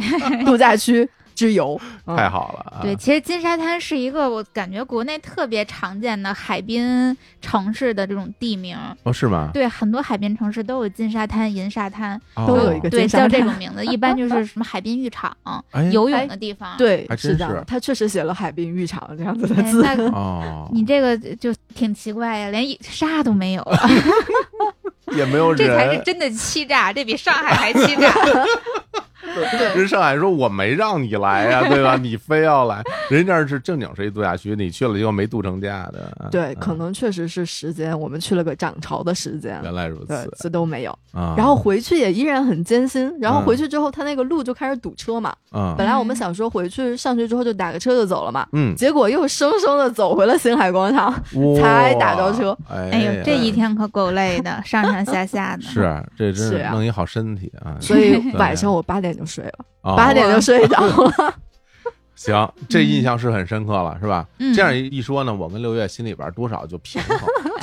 度假区之 *laughs* 游，嗯太好了啊，对，其实金沙滩是一个我感觉国内特别常见的海滨城市的这种地名。哦是吗？对，很多海滨城市都有金沙滩、银沙滩，哦都有一个对，金叫沙这滩种名字，一般就是什么海滨浴场、哎游泳的地方。对还，真是是的，他确实写了海滨浴场这样子的哎，字。那哦，你这个就挺奇怪呀，连一啥都没有，啊 *laughs* 也没有人，这才是真的欺诈，这比上海还欺诈。 *laughs* 人上海说我没让你来呀、对吧？你非要来，人家那儿是正经是一度假区，你去了以后没度成假的。对，嗯可能确实是时间，我们去了个涨潮的时间，嗯原来如对此，这都没有。啊。然后回去也依然很艰辛，然后嗯回去之后，他那个路就开始堵车嘛。嗯本来我们嗯想说回去上学之后就打个车就走了嘛，嗯，结果又生生的走回了星海广场。哇才打到车， *laughs* 哎哎呀呦，这一天可够累的，上上下下的。是这真是是啊弄一好身体啊。所以 *laughs* 对晚上我八点就睡了，哦八点就嗯睡着 *laughs* 了。行，这印象是很深刻了，是吧？嗯这样一说呢，我跟六月心里边多少就平 *laughs* 衡，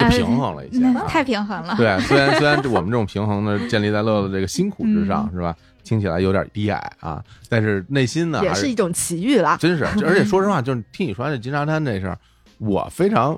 就平衡了一些那啊。嗯太平衡了。对，虽然虽然我们这种平衡呢，建立在乐乐的这个辛苦之嗯上，是吧？听起来有点低矮啊，但是内心呢也还。是一种奇遇啦 *laughs* *laughs* 真是，就而且说实话，就是听你说完这金沙滩这事儿，我非常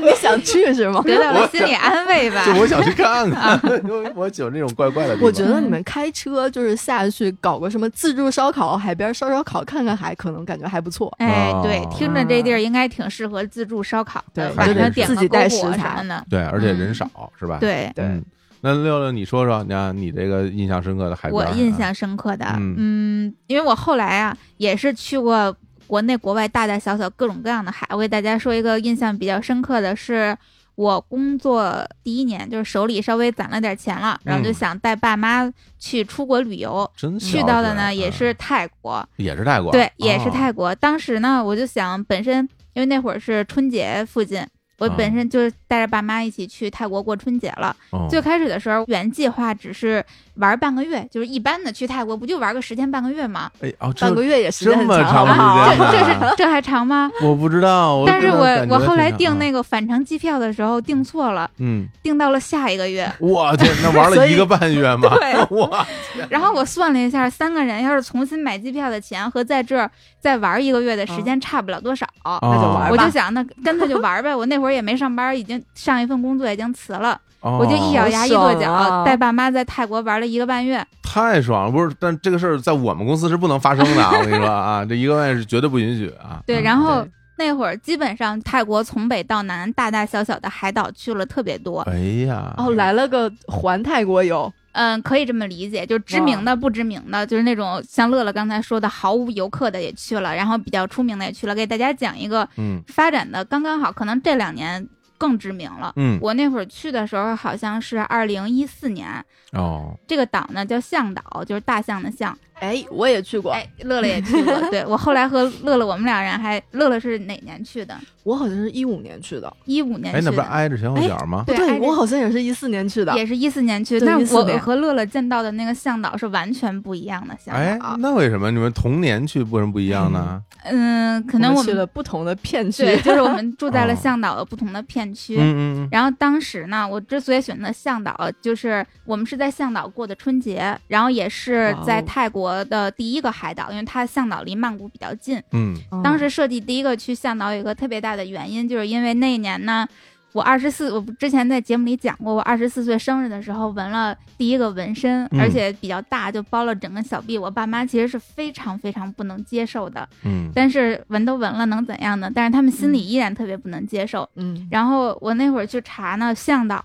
你想去是吗？ *laughs* 得到了心理安慰吧就？我想去看看， *laughs* 因为我喜欢这种怪怪的地方。我觉得你们开车就是下去搞个什么自助烧烤，海边烧烧烤，看看海，可能感觉还不错。哎，对哦，听着这地儿应该挺适合自助烧烤的，对还晚上得点自个己带篝火食材啥的。对，而且人少是吧？嗯对，对嗯。那六六，你说说，你看你这个印象深刻的海啊边我儿，印象深刻的，嗯嗯，因为我后来啊也是去过国内国外大大小小各种各样的海。我给大家说一个印象比较深刻的是。我工作第一年，就是手里稍微攒了点钱了，然后就嗯想带爸妈去出国旅游。真小去到的是吧呢也是嗯泰国，也是泰国，对，也是泰哦国。当时呢，我就想，本身因为那会儿是春节附近，我啊本身就是带着爸妈一起去泰国过春节了。哦最开始的时候，原计划只是玩半个月，就是一般的去泰国不就玩个十天半个月吗？哎哦，这半个月也时间很这么好长不时间好？这天哪 *laughs* 这是这还长吗？我不知道，我但是真的我感觉我后来挺订嗯那个返程机票的时候订错了，嗯，订到了下一个月。我天，那玩了所以一个半月嘛， *laughs* 对哇，然后我算了一下，三个人要是重新买机票的钱和在这儿再玩一个月的时间差不了多少。哦那就玩我吧就想，那干脆就玩儿呗。我那会儿也没上班，已经上一份工作已经辞了，哦我就一咬牙一跺脚，好爽啊带爸妈在泰国玩了一个半月。太爽了，不是？但这个事儿在我们公司是不能发生的啊！我跟你说啊，这一个半月是绝对不允许啊。对，嗯然后对那会儿基本上泰国从北到南，大大小小的海岛去了特别多。哎呀，哦，来了个环泰国游，嗯，可以这么理解，就知名的、不知名的，就是那种像乐乐刚才说的毫无游客的也去了，然后比较出名的也去了。给大家讲一个嗯发展的刚刚好，可能这两年更知名了。嗯我那会儿去的时候好像是二零一四年，哦这个岛呢叫象岛，就是大象的象。哎，我也去过，哎，乐乐也去过，对我后来和乐乐，我们俩人还乐乐是哪年去的？我好像是一五年去的，一五年哎，去那的，不是挨着前后脚吗？对挨着我好像也是一四年去的。也是一四年去，对但14我年和乐乐见到的那个向导是完全不一样的向导。啊哎，那为什么你们同年去为什么不一样呢？嗯，可能我我们去们了不同的片区，对，就是我 *laughs* 们住在了哦向导的不同的片区。嗯嗯然后当时呢，我之所以选择向导，就是我们是在向导过的春节，然后也是哇哦在泰国的第一个海岛，因为它向导离曼谷比较近。嗯嗯，嗯当时设计第一个去向导有一个特别大的原因，就是因为那一年呢，我二十四，我不之前在节目里讲过，我二十四岁生日的时候纹了第一个纹身，嗯而且比较大，就包了整个小臂。我爸妈其实是非常非常不能接受的，嗯但是纹都纹了能怎样呢？但是他们心里依然特别不能接受。嗯，然后我那会儿去查呢，向导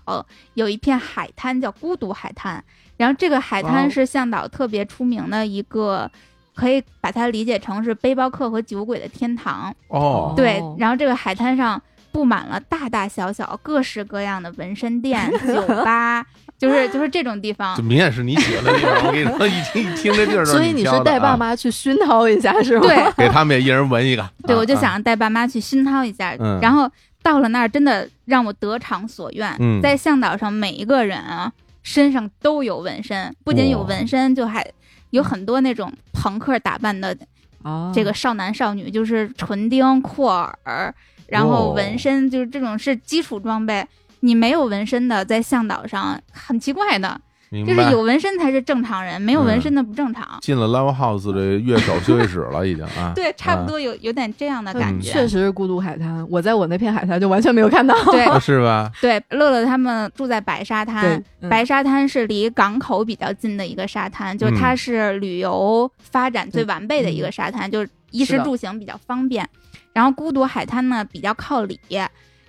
有一片海滩叫孤独海滩，然后这个海哇哦滩是向导特别出名的一个，可以把它理解成是背包客和酒鬼的天堂。哦，对哦，然后这个海滩上布满了大大小小、各式各样的纹身 *laughs* 店、酒吧，就是就是这种地方这。明显是你姐的地方，我跟你说，一听一听这地儿，所以你是是带爸，妈去熏陶一下是吗？哦对，啊给他们也一人纹一个。对，啊我就，想带爸妈去熏陶一下，嗯然后到了那儿，真的让我得偿所愿。嗯在向导上，每一个人啊身上都有纹身，不仅有哇纹身，就还有很多那种朋克打扮的哦啊这个少男少女，就是唇钉、扩耳，然后哇哦纹身，就是这种是基础装备。你没有纹身的，在向导上很奇怪的，明就白是有纹身才是正常人，没有嗯纹身的不正常。进了 Live House 这乐手休息室了，已经啊。对，差不啊多有有点这样的嗯感觉。确实是孤独海滩，我在我那片海滩就完全没有看到。对 *laughs* 啊，是吧？对，乐乐他们住在白沙滩对，，嗯白沙滩是离港口比较近的一个沙滩，就是嗯它是旅游发展最完备的一个沙滩，就是衣是食嗯的住行比较方便。然后孤独海滩呢比较靠里，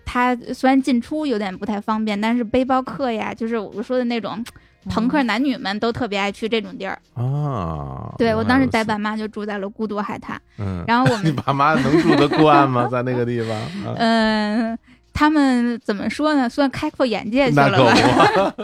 它虽然进出有点不太方便，但是背包客呀，就是我说的那种嗯朋克男女们都特别爱去这种地儿。啊，对我当时带带爸妈就住在了孤独海 *laughs* 滩，嗯，然后我你们爸妈能住得惯吗？在那个地方？ *laughs* 啊嗯、他们怎么说呢？算开阔眼界去那了可吧？ *laughs* 不，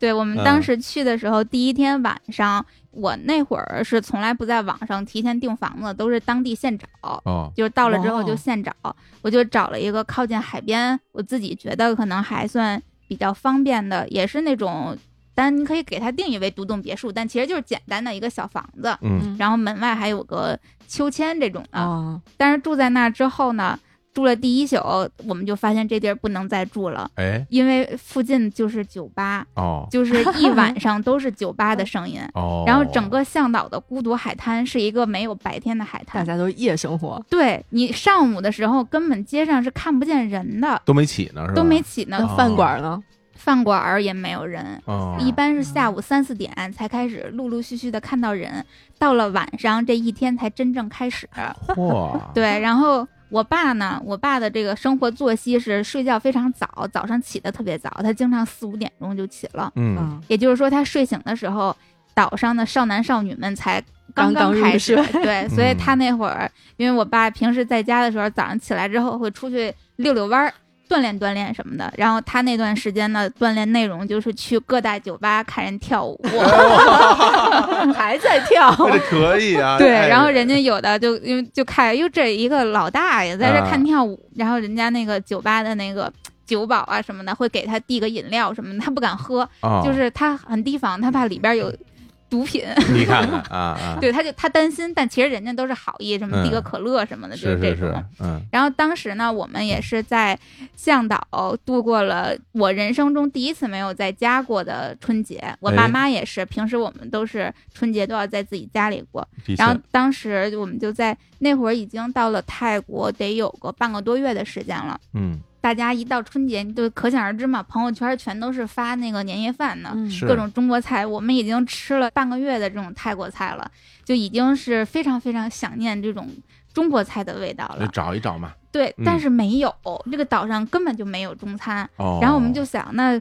对我们当时去的时候，第一天晚上，我那会儿是从来不在网上提前订房子，都是当地现找，哦，就是到了之后哦就现找。我就找了一个靠近海边，我自己觉得可能还算比较方便的，也是那种，但你可以给它定义为独栋别墅，但其实就是简单的一个小房子，嗯，嗯然后门外还有个秋千这种的。啊，但是住在那之后呢，住了第一宿，我们就发现这地儿不能再住了，哎，因为附近就是酒吧。哦，。*laughs* 就是一晚上都是酒吧的声音哦，然后整个向导的孤独海滩是一个没有白天的海大滩，家都是夜生活，对你上午的时候根本街上是看不见人的，都没起呢，是吧？都没起呢，那呃饭馆呢？饭馆儿也没有人。哦，一嗯般是下午三四点才开始陆陆续续的看到人，到了晚上这一天才真正开始。啊嚯，对，然后我爸呢，我爸的这个生活作息是睡觉非常早，早上起得特别早，他经常四五点钟就起了。嗯，嗯，也就是说，他睡醒的时候，岛上的少男少女们才刚刚刚入开始。睡 *laughs* 对，所以他那会儿，因为我爸平时在家的时候，早上起来之后会出去遛遛弯儿。锻炼锻炼什么的，然后他那段时间呢，锻炼内容就是去各大酒吧看人跳 *laughs* 舞，还在跳， *laughs* 这可以啊。对，哎然后人家有的就因为就看，哟，这一个老大爷在这啊看跳舞，然后人家那个酒吧的那个酒保啊什么的会给他递个饮料什么的，他不敢喝，哦就是他很提防，他怕里边嗯有毒品， *laughs* 你看看啊啊，对，他就他担心，但其实人家都是好意，什么嗯递个可乐什么的，就是这是种。是，嗯，然后当时呢，我们也是在向导度过了我人生中第一次没有在家过的春节。我哎爸妈也是，平时我们都是春节都要在自己家里过。的确然后当时我们就在那会儿已经到了泰国，得有个半个多月的时间了。嗯，大家一到春节，你就可想而知嘛，朋友圈全都是发那个年夜饭呢。嗯是各种中国菜，我们已经吃了半个月的这种泰国菜了，就已经是非常非常想念这种中国菜的味道就了。嗯找一找嘛。对哎嗯，但是没有，这个岛上根本就没有中餐。哦，然后我们就想，那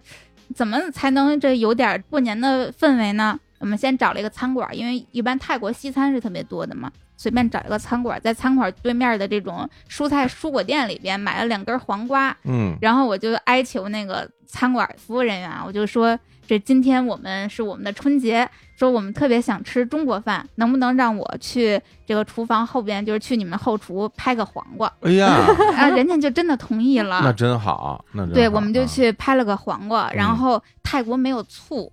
怎么才能这有点过年的氛围呢？我们先找了一个餐馆，因为一般泰国西餐是特别多的嘛。随便找一个餐馆，在餐馆对面的这种蔬菜蔬果店里边买了两根黄瓜，嗯然后我就哀求那个餐馆服务人员啊，我就说这今天我们是我们的春节，说我们特别想吃中国饭，能不能让我去这个厨房后边，就是去你们后厨拍个黄瓜 *laughs* 哎呀，啊？人家就真的同意那了。真好，那真对，好我们就啊去拍了个黄瓜，嗯然后泰国没有醋，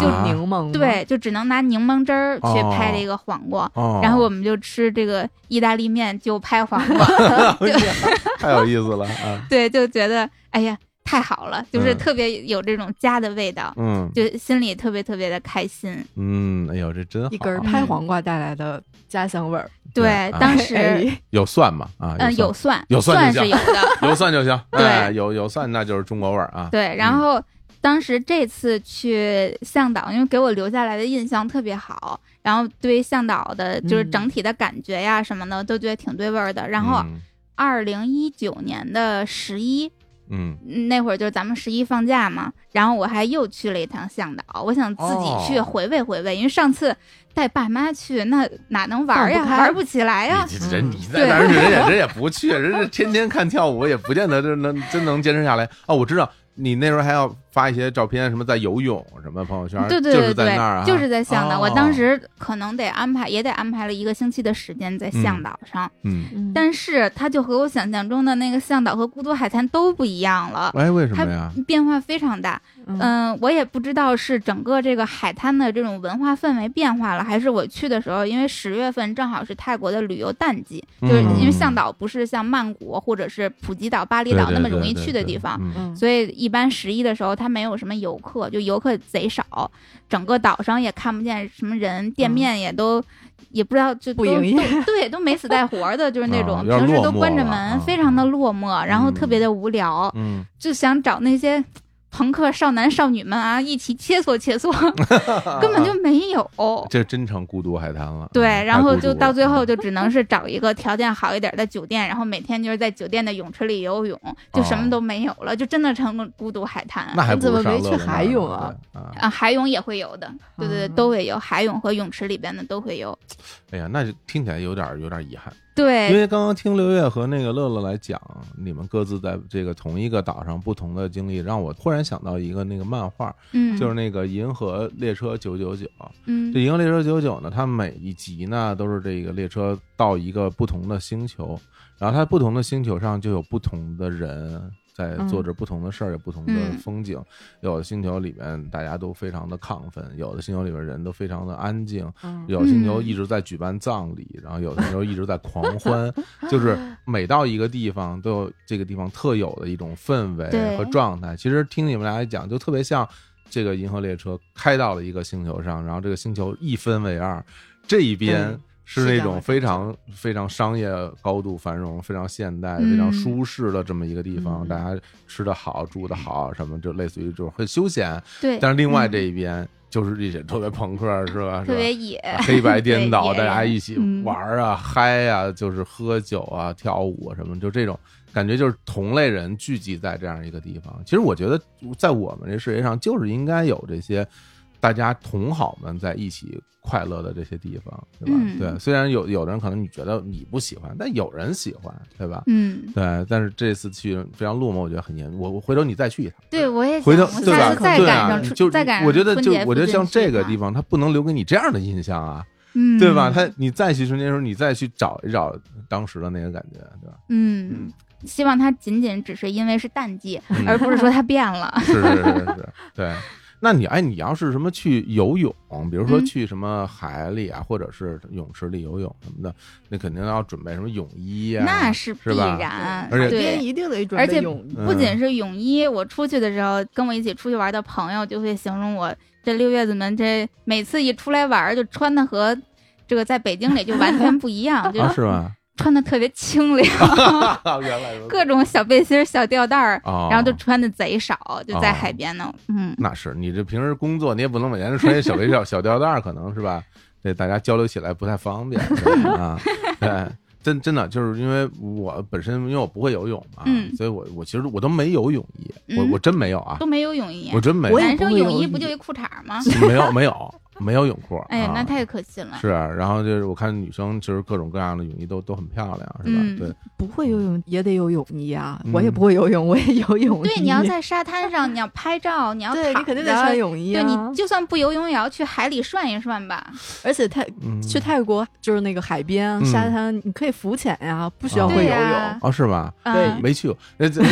就啊柠檬吗，对，就只能拿柠檬汁儿去拍这个黄瓜。哦， *laughs* 然后我们就吃这个意大利面，就拍黄瓜， *laughs* *laughs* 哎呀太有意思了啊，对，就觉得哎呀太好了，就是嗯特别有这种家的味道，嗯 *laughs* 就心里特别特别的开心。嗯，哎呦，这真好一根儿啊嗯拍黄瓜带来的家乡味儿。对对啊，当时哎有蒜吗？啊，嗯有有蒜，有蒜蒜就是嗯有行的，蒜有蒜就行，对哎有有蒜那就是中国味儿啊，对。然后当时这次去向导，因为给我留下来的印象特别好，然后对向导的就是嗯整体的感觉呀什么的，都觉得挺对味儿的。然后啊嗯二零一九年的十一，嗯那会儿就是咱们十一放假嘛，然后我还又去了一趟向导，我想自己去哦回味回味，因为上次带爸妈去，那哪能玩儿呀，放不开玩不起来哎呀。你这人嗯你在那儿人也人也不去，人家天天看跳舞也不见得真能真能坚持下来哦。我知道你那时候还要发一些照片，什么在游泳什么朋友圈，对对就是对在对那儿啊，，就是在向导。我当哦时可能得安排，也得安排了一个星期的时间在向嗯导上，嗯，嗯但是它就和我想象中的那个向导和孤独海滩都不一样了，哎，为什么呀？变化非常大。嗯嗯，我也不知道是整个这个海滩的这种文化氛围变化了，还是我去的时候，因为十月份正好是泰国的旅游淡季，就是嗯因为向导不是像曼谷或者是普吉岛、巴厘对岛对那么对容易对去的对地方，嗯嗯所以一般十一的时候它没有什么游客，就游客贼少，整个岛上也看不见什么人，店嗯面也都。也不知道就不都营业都 *laughs* 对，都没死带活儿的，就是那啊种有点平时落都寞关着了啊门，非常的落寞，然后特别嗯的无聊。嗯，就想找那些朋克少男少女们啊，一起切磋 *laughs* 切磋，根本就没有。这真成孤独海滩了。哦对，嗯然后就到最后，太孤独了就只能是找一个条件好一点的酒店，然后每天就是在酒店的泳池里游泳，就啊什么都没有了，就真的成了孤独海滩。那还不如你怎么没上乐去乐那海儿呢泳啊？对啊，啊，海泳也会游的，对对对，嗯都会游，海泳和泳池里边的都会游。哎呀，那就听起来有点儿有点儿遗憾，因对，为刚刚听刘烨和那个乐乐来讲，你们各自在这个同一个岛上不同的经历，让我忽然想到一个那个漫画，嗯，就是那个《银河列车九九九》。嗯这《银河列车九九》呢，它每一集呢都是这个列车到一个不同的星球，然后它不同的星球上就有不同的人在做着不同的事儿，有不同的嗯风景。有的星球里面大家都非常的亢奋，有的星球里面人都非常的安静，嗯有星球嗯一直在举办葬礼，然后有星球一直在狂欢，就是每到一个地方都有这个地方特有的一种氛围对和状态。其实听你们俩讲，就特别像这个银河列车开到了一个星球上，然后这个星球一分为二，这一边嗯。是是这那样种的非感觉常非常商业高度繁荣、非常现代、非常嗯舒适的这么一个地方，嗯大家吃得好、住得好，什么就类似于就是很休闲。对，但是另外嗯这一边就是这些特别朋克，是吧？是特吧别野，啊黑白颠倒，对嗯大野人家一起玩儿啊、嗨啊，就是喝酒啊、跳舞啊什么，就这种感觉，就是同类人聚集在这样一个地方。其实我觉得，在我们这世界上，就是应该有这些大家同好们在一起快乐的这些地方，对吧？嗯对，虽然有有的人可能你觉得你不喜欢，但有人喜欢，对吧？嗯，对，但是这次去非常落寞，我觉得很严。我我回头你再去一趟，对我也回头想我对吧下次？再对赶啊上，就春，再赶上我觉得春就节我觉得附像近这去个嘛地方，它不能留给你这样的印象啊，嗯，对吧？他你再去春节的时候，你再去找一找当时的那个感觉，对 *laughs* 吧？嗯嗯，希望它仅仅只是因为是淡季，嗯而不是说它变了。是是是是是，对。那你哎，你要是什么去游泳，比如说嗯去什么海里啊，或者是泳池里游泳什么的，那肯定要准备什么泳衣啊，那是必是吧然，而且边对。一定得准而备且泳衣，嗯不仅是泳衣，我出去的时候，跟我一起出去玩的朋友就会形容我这六月子们这每次一出来玩儿就穿的和这个在北京里就完全不一 *laughs* 样，就啊是吧？穿的特别清凉， *laughs* 原来如此啊各种小背心儿、小吊带儿，哦，然后就穿的贼少，就在哦海边呢。嗯，那是你这平时工作，你也不能每天都穿一小围小小吊带儿，可能是 *laughs* 吧？对，大家交流起来不太方便对啊。对，真真的就是因为我本身因为我不会游泳嘛，嗯所以我我其实我都没有泳衣，我嗯我真没有啊都，没有泳衣我，真没有我，也男不生会泳泳衣衣不就一裤衩儿吗？没有没有没有泳裤，哎呀，那啊太可惜了。是，然后就是我看女生其实各种各样的泳衣都都很漂亮，是吧？嗯对，不会游泳也得有泳衣啊，嗯我也不会游泳，我也有泳衣。对，你 *laughs* 要在沙滩上，你要拍照，你要对你躺肯定得着穿泳衣、啊。对你就算不游泳，也要去海里涮一涮吧。而且泰嗯，去泰国就是那个海边、嗯沙滩，你可以浮潜呀、不需要哦会对游泳。呀，哦，是吧？嗯没去过， *laughs* 那这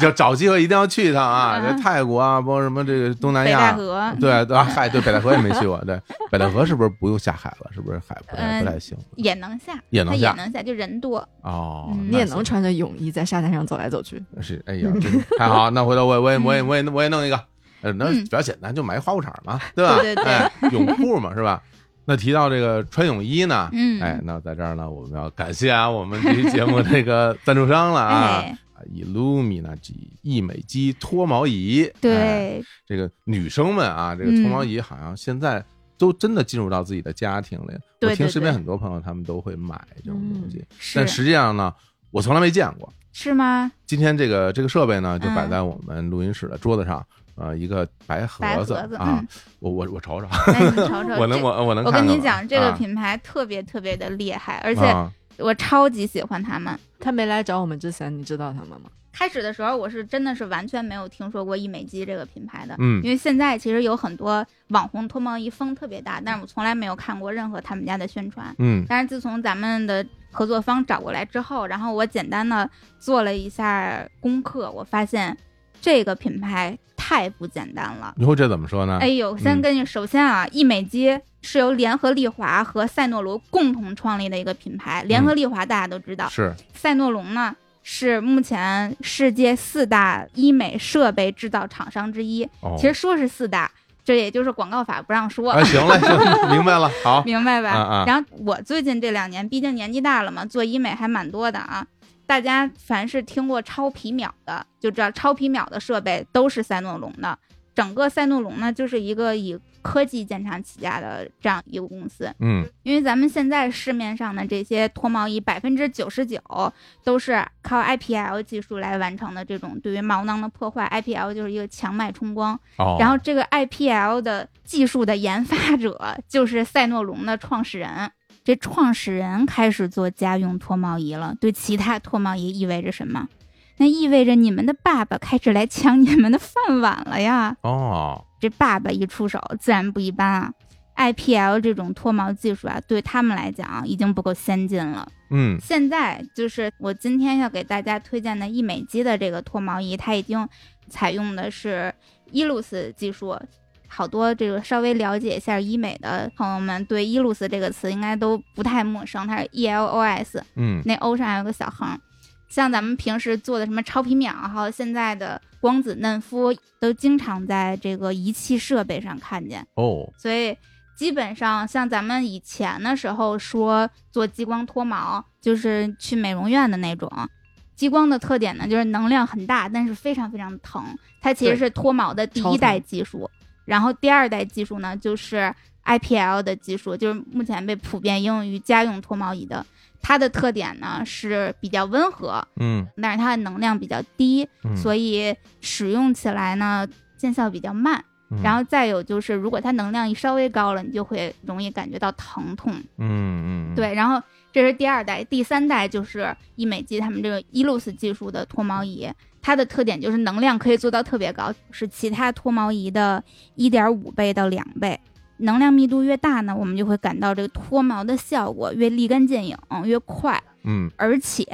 就找机会一定要去一趟啊！这泰国啊，包括什么这个东南北戴亚， *laughs* 河对对啊，嗨，对北戴河也没去过，对北戴河是不是不用下海了？是不是海不太不太行也能下，也它能呃也下能下，就人多。哦？嗯你也那能穿着泳衣在沙滩上走来走去，行是哎呀，真是太好！那回头我也我也我也嗯我也我也弄一个，呃那嗯比较简单，就买花裤衩嘛，对吧？对对对哎，泳裤嘛，是吧？那提到这个穿泳衣呢，嗯，哎，那在这儿呢，我们要感谢啊，我们这期节目这个赞助商了啊哎， ，Illumina 一美肌脱毛仪，哎对，这个女生们啊，这个嗯脱毛仪好像现在都真的进入到自己的家庭里。对我听对身边对嗯很多朋友他们都会买这种东西，但是实际上呢，我从来没见过。*laughs* 是吗？今天这个这个设备呢，就摆嗯在我们录音室的桌子上，呃，一个白白盒盒子啊，嗯我我我瞅瞅，哎，你瞅瞅，我能这我我能我看看跟你吗讲，这个啊品牌特别特别的厉害，而且啊我超级喜欢他们。他没来找我们之前，你知道他们吗？开始的时候，我是真的是完全没有听说过易美肌这个品牌的，嗯因为现在其实有很多网红脱毛仪风特别大，但是我从来没有看过任何他们家的宣传。嗯但是自从咱们的合作方找过来之后，然后我简单的做了一下功课，我发现这个品牌太不简单了。你说这怎么说呢？哎呦，嗯先跟你，首先啊，易美肌是由联合利华和赛诺龙共同创立的一个品牌。联嗯合利华大家都知道，是赛诺龙呢是目前世界四大医美设备制造厂商之一。哦，其实说是四大，这也就是广告法不让说，啊，行了，行了，明白了， *laughs* 好，明白吧？啊啊然后我最近这两年，毕竟年纪大了嘛，做医美还蛮多的啊。大家凡是听过超皮秒的，就知道超皮秒的设备都是赛诺龙的。整个赛诺龙呢，就是一个以科技建厂起家的这样一个公司。嗯因为咱们现在市面上的这些脱毛仪，百分之九十九都是靠 IPL 技术来完成的这种对于毛囊的破坏。IPL 就是一个强脉冲光，哦，然后这个 IPL 的技术的研发者就是赛诺龙的创始人。这创始人开始做家用脱毛仪了，对其他脱毛仪意味着什么？那意味着你们的爸爸开始来抢你们的饭碗了呀！哦，这爸爸一出手，自然不一般啊。IPL 这种脱毛技术啊，对他们来讲啊已经不够先进了。嗯现在就是我今天要给大家推荐的易美肌的这个脱毛仪，它已经采用的是伊露丝技术。好多这个稍微了解一下医美的朋友们，对伊露丝这个词应该都不太陌生，它是 E L O S，嗯那 O 上还有个小横。像咱们平时做的什么超皮秒，啊还有现在的光子嫩肤，都经常在这个仪器设备上看见。哦，所以基本上像咱们以前的时候说做激光脱毛，就是去美容院的那种。激光的特点呢，就是能量很大，但是非常非常疼。它其实对是脱毛的第超一疼代技术，然后第二代技术呢，就是 IPL 的技术，就是目前被普遍应用于家用脱毛仪的。它的特点呢是比较温和，嗯但是它的能量比较低，嗯，所以使用起来呢见效比较慢。嗯然后再有就是，如果它能量一稍微高了，你就会容易感觉到疼痛。嗯嗯嗯，对，然后这是第二代，第三代就是医美肌他们这个伊露丝技术的脱毛仪，它的特点就是能量可以做到特别高，是其他脱毛仪的一点五倍到两倍。能量密度越大呢，我们就会感到这个脱毛的效果越立竿见影，越快。嗯而且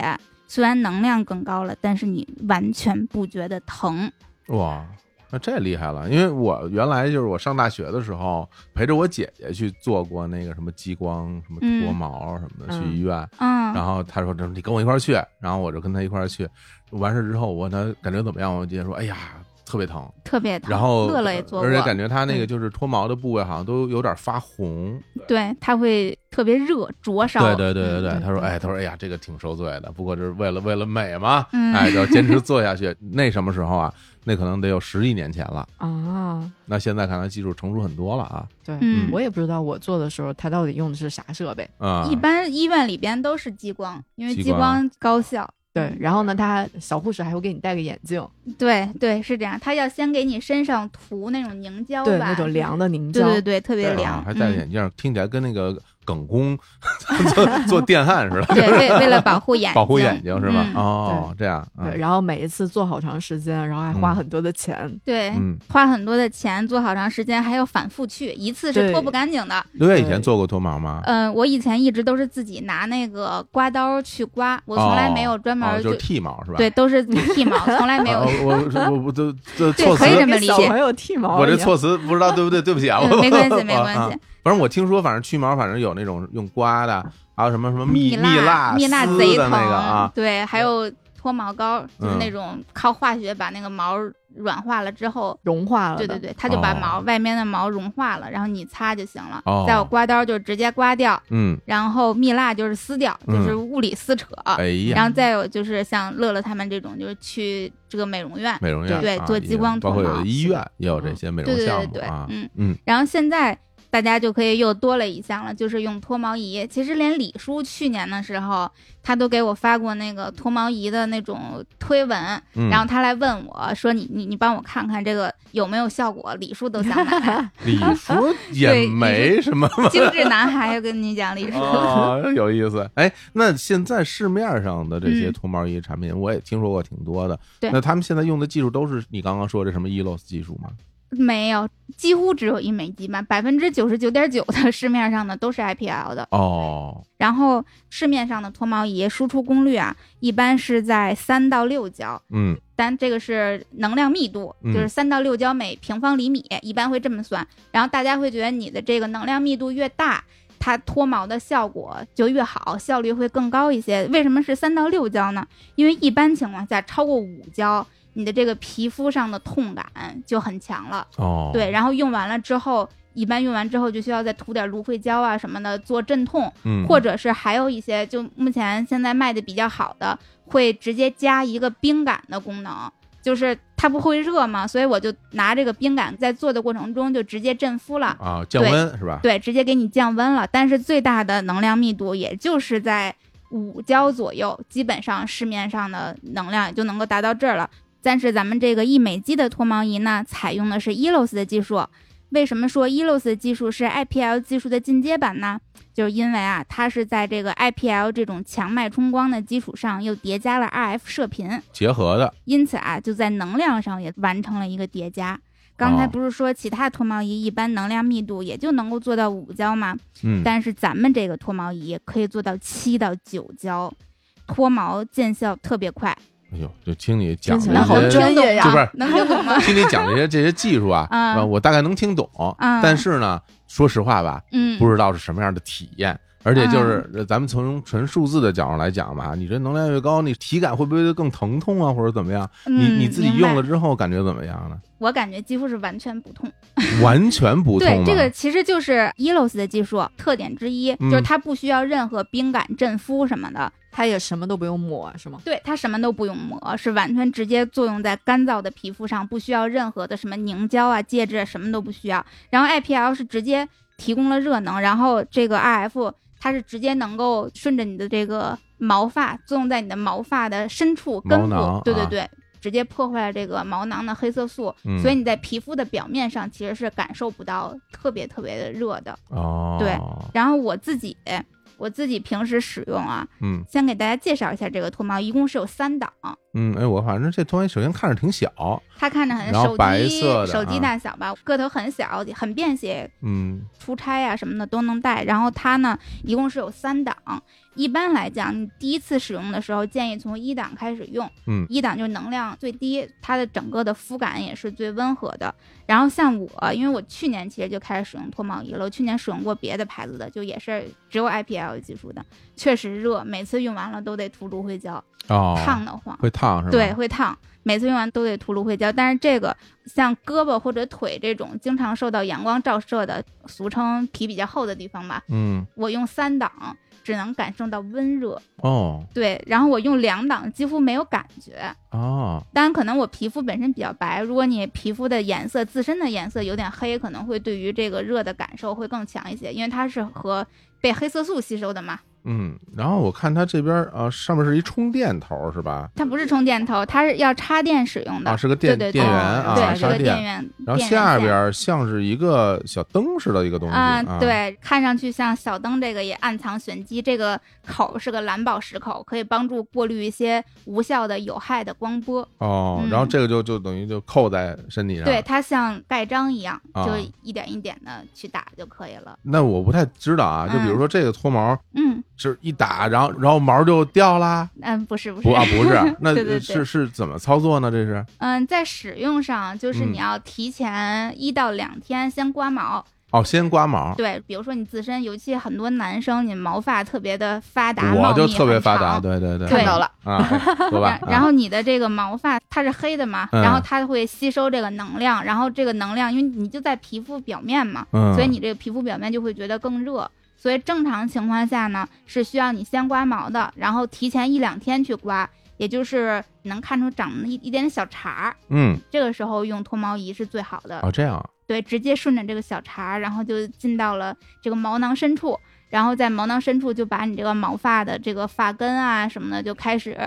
虽然能量更高了，但是你完全不觉得疼。哇，那这厉害了！因为我原来就是我上大学的时候，陪着我姐姐去做过那个什么激光、什么嗯脱毛什么的，嗯去医院。嗯，然后她说：“你跟我一块儿去。”然后我就跟她一块儿去。完事之后，我问她感觉怎么样，我姐姐说：“哎呀，特别疼。特别”疼。然后乐乐也做过，而且感觉她那个嗯就是脱毛的部位好像都有点发红。对，它会特别热，灼烧。对对对对对，嗯她说：“哎，她说哎呀，这个挺受罪的，不过就是为了为了美嘛，嗯哎，要坚持做下去。”那什么时候啊？那可能得有十几年前了。啊，那现在看来技术成熟很多了啊，对，嗯我也不知道我做的时候他到底用的是啥设备。啊、一般医院里边都是激光，因为激激光光高效。对，然后呢，他小护士还会给你戴个眼镜，对对是这样，他要先给你身上涂那种凝胶吧，对，那种凉的凝对胶，对对，特别对凉，啊还戴着嗯眼镜儿，听起来跟那个耿工 *laughs* 做做电焊似的，对，为为了保护眼 *laughs* 睛，保护眼睛是吧？嗯哦，这样，对，嗯然后每一次做好长时间，然后还花嗯很多的钱，对，嗯，花很多的钱做好长时间，还要反复去，一次是对脱不干净的。六月以前做过脱毛吗？嗯，我以前一直都是自己拿那个刮刀去刮，我从来没有专门哦儿就是剃毛是吧？对，都是剃毛，从来没有啊，我我我我这这 *laughs* 对措辞可以这么跟理小解朋友剃毛一样，我这措辞不知道对不对，对不起啊，嗯我没关系没啊关系啊反正我听说，反正去毛，反正有那种用刮的，还有什么什么蜜蜡蜡嗯蜜蜡丝贼的疼，那个啊，对，还有脱毛膏，就是嗯那种靠化学把那个毛软化了之后。融化了，对对，对，它就把哦毛、外面的毛融化了，然后你擦就行了。哦再有刮刀就直接刮掉，嗯，然后蜜蜡就是撕掉，就是物理撕扯。哎呀，然后再有就是像乐乐他们这种，就是去这个美容院。美容院对啊做也激光包括脱有毛的医院也有这些美嗯对容对项对目对啊，，嗯嗯然后现在大家就可以又多了一项了，就是用脱毛仪。其实连李叔去年的时候，他都给我发过那个脱毛仪的那种推文，嗯，然后他来问我说你：“你你帮我看看这个有没有效果？”李叔都想买，李叔 *laughs* 也对没什么 *laughs* 精致男孩，我跟你讲，李叔。啊，有意思。哎，那现在市面上的这些嗯脱毛仪产品，我也听说过挺多的。对那他们现在用的技术都是你刚刚说的什么 E ELOS 技术吗？没有，几乎只有一美肌吧，百分之九十九点九的市面上的都是 IPL 的。哦，然后市面上的脱毛仪输出功率啊，一般是在三到六焦，嗯，但这个是能量密度，嗯就是三到六焦每平方厘米，一般会这么算。然后大家会觉得你的这个能量密度越大，它脱毛的效果就越好，效率会更高一些。为什么是三到六焦呢？因为一般情况下超过五焦，你的这个皮肤上的痛感就很强了。哦，对，，然后用完了之后，一般用完之后就需要再涂点芦荟胶啊什么的做镇痛，嗯，或者是还有一些就目前现在卖的比较好的，会直接加一个冰感的功能。就是它不会热嘛，所以我就拿这个冰感在做的过程中就直接震敷了，啊，降对温是吧？对，直接给你降温了。但是最大的能量密度也就是在五焦左右，基本上市面上的能量也就能够达到这儿了。但是咱们这个一美肌的脱毛仪呢，采用的是 E ELOS 的技术。为什么说 E ELOS 的技术是 IPL 技术的进阶版呢？就是因为啊，它是在这个 IPL 这种强脉冲光的基础上，又叠加了 RF 射频，结合的，因此啊，就在能量上也完成了一个叠加。刚才哦不是说其他脱毛仪一般能量密度也就能够做到五焦吗？嗯，但是咱们这个脱毛仪可以做到七到九焦，脱毛见效特别快。哎呦，就听你讲听起哎这来好些，专业呀这边啊能听懂 *laughs* 吗？听你讲这些这些技术 *laughs* 啊，嗯啊我大概能听懂，嗯但是呢，说实话吧，嗯，不知道是什么样的体验。而且就是呃咱们从纯数字的角度来讲嘛，你这能量越高，你体感会不会更疼痛啊，或者怎么样？你嗯你自己明白用了之后感觉怎么样呢？我感觉几乎是完全不痛。完全不痛啊对吗？，这个其实就是 ELOS 的技术特点之一，嗯就是它不需要任何冰感、震敷什么的，他也什么都不用抹，是吗？对它什么都不用抹，是完全直接作用在干燥的皮肤上，不需要任何的什么凝胶啊、介质啊什么都不需要。然后 IPL 是直接提供了热能，然后这个 RF 它是直接能够顺着你的这个毛发作用在你的毛发的深处根毛部，囊对对啊对。直接破坏了这个毛囊的黑色素，嗯所以你在皮肤的表面上其实是感受不到特别特别的热的。哦，对，然后我自己，我自己平时使用啊，嗯先给大家介绍一下这个脱毛，一共是有三档，嗯，哎，我反正这东西首先看着挺小，它看着很然后手白机色的手机啊大小吧，个头很小，很便携，嗯出差啊什么的都能带。然后它呢，一共是有三档。一般来讲，你第一次使用的时候，建议从一档开始用。嗯一档就是能量最低，它的整个的肤感也是最温和的。然后像我，因为我去年其实就开始使用脱毛仪了，我去年使用过别的牌子的，就也是只有 IPL 技术的，确实热，每次用完了都得涂芦荟胶，哦，烫得慌。会烫是吧？对，会烫。每次用完都得涂芦荟胶，但是这个像胳膊或者腿这种经常受到阳光照射的，俗称皮比较厚的地方吧，嗯，我用三档只能感受到温热，哦对，然后我用两档几乎没有感觉。哦，当然，可能我皮肤本身比较白，如果你皮肤的颜色自身的颜色有点黑，可能会对于这个热的感受会更强一些，因为它是和被黑色素吸收的嘛。嗯，然后我看它这边啊，上面是一充电头是吧？它不是充电头，它是要插电使用的。啊，是个电对对电源哦啊，对，插这插个电电。源。然后电源下线边儿像是一个小灯似的一个东西啊、啊，，对，看上去像小灯，这个也暗藏玄机。这个口是个蓝宝石口，可以帮助过滤一些无效的有害的光波。哦，嗯然后这个就就等于就扣在身体上。对，，它像盖章一样，啊就一点一点的去打就可以了。那我不太知道啊，就比如嗯说这个脱毛嗯是一打，然后然后毛就掉啦，嗯，不是不是，不啊不是 *laughs* 那对对对是是怎么操作呢？这是嗯，在使用上，就是嗯你要提前一到两天先刮毛。哦，先刮毛，对，比如说你自身，尤其很多男生，你毛发特别的发达，我茂就密特别很发达，长对对对，看到了，啊，对吧 *laughs* 然？然后你的这个毛发它是黑的嘛，嗯然后它会吸收这个能量，然后这个能量因为你就在皮肤表面嘛，嗯，所以你这个皮肤表面就会觉得更热。所以正常情况下呢，是需要你先刮毛的，然后提前一两天去刮，也就是能看出长了一一点点小茬儿，嗯这个时候用脱毛仪是最好的。哦这样对，直接顺着这个小茬儿，然后就进到了这个毛囊深处，然后在毛囊深处就把你这个毛发的这个发根啊什么的，就开始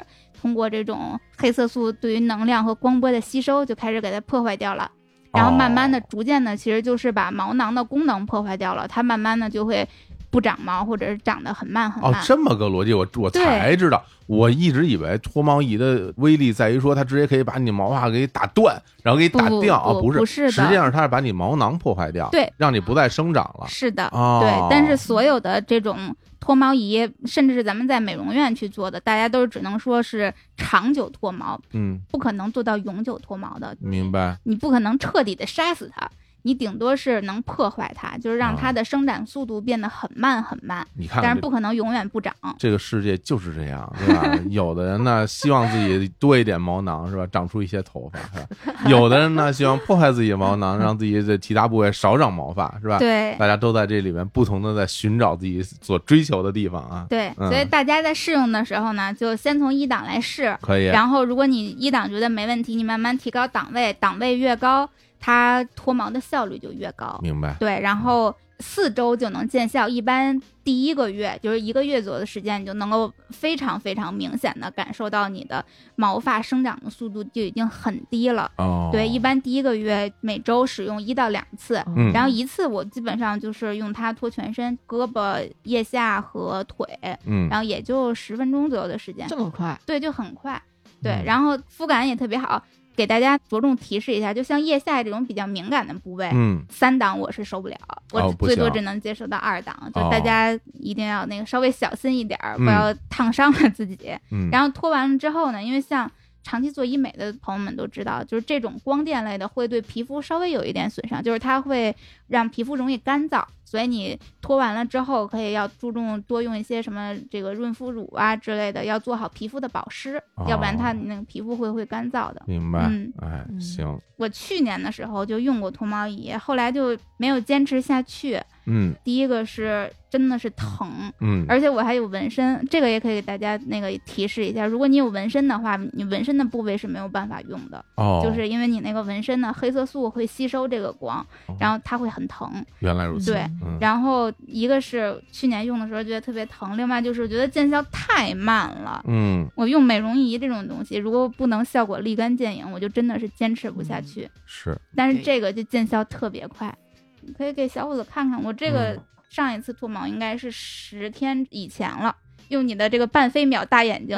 通过这种黑色素对于能量和光波的吸收，就开始给它破坏掉了。然后慢慢的、哦逐渐的，其实就是把毛囊的功能破坏掉了，它慢慢的就会不长毛，或者是长得很慢很哦慢。这么个逻辑，我我才知道，我一直以为脱毛仪的威力在于说它直接可以把你毛发给打断，然后给你打不掉啊，不不不是，是的实际上它是把你毛囊破坏掉，对，让你不再生长了。是的，哦，对，但是所有的这种脱毛仪，甚至是咱们在美容院去做的，大家都只能说是长久脱毛，嗯，不可能做到永久脱毛的，明白，你不可能彻底的杀死它，你顶多是能破坏它，就是让它的生长速度变得很慢很慢，你看啊但看是这不可能永远不长。这个世界就是这样，对吧？ *laughs* 有的人呢，希望自己多一点毛囊，是吧？长出一些头发，是吧？有的人呢，希望破坏自己的毛囊，让自己的其他部位少长毛发，是吧？对大家都在这里面不同的在寻找自己所追求的地方啊。对，嗯所以大家在试用的时候呢，就先从一档来试，可以，然后如果你一档觉得没问题，你慢慢提高档位，档位越高，它脱毛的效率就越高。明白。对，然后四周就能见效，一般第一个月就是一个月左右的时间，你就能够非常非常明显的感受到你的毛发生长的速度就已经很低了。哦，对，一般第一个月每周使用一到两次，嗯然后一次我基本上就是用它脱全身，胳膊、腋下和腿，嗯然后也就十分钟左右的时间这，么快，对，就很快。对嗯，然后肤感也特别好，给大家着重提示一下，就像腋下这种比较敏感的部位，嗯，三档我是受不了，哦我不最多行只能接受到二档，就哦大家一定要那个稍微小心一点儿，嗯不要烫伤了自己。嗯，然后脱完了之后呢，因为像长期做医美的朋友们都知道，就是这种光电类的会对皮肤稍微有一点损伤，就是它会让皮肤容易干燥，所以你脱完了之后可以要注重多用一些什么这个润肤乳啊之类的，要做好皮肤的保湿，哦要不然它你那个皮肤会会干燥的。明白嗯。哎，嗯行，我去年的时候就用过脱毛仪，后来就没有坚持下去。嗯第一个是真的是疼，嗯，而且我还有纹身，这个也可以给大家那个提示一下，如果你有纹身的话，你纹身的部位是没有办法用的，哦，就是因为你那个纹身的黑色素会吸收这个光哦，然后它会很疼。原来如此。对嗯，然后一个是去年用的时候觉得特别疼，另外就是觉得见效太慢了。嗯，我用美容仪这种东西，如果不能效果立竿见影，我就真的是坚持不下嗯去。是但是对这个就见效特别快，你可以给小伙子看看。我这个嗯上一次脱毛应该是十天以前了，用你的这个半飞秒大眼 *laughs* 睛，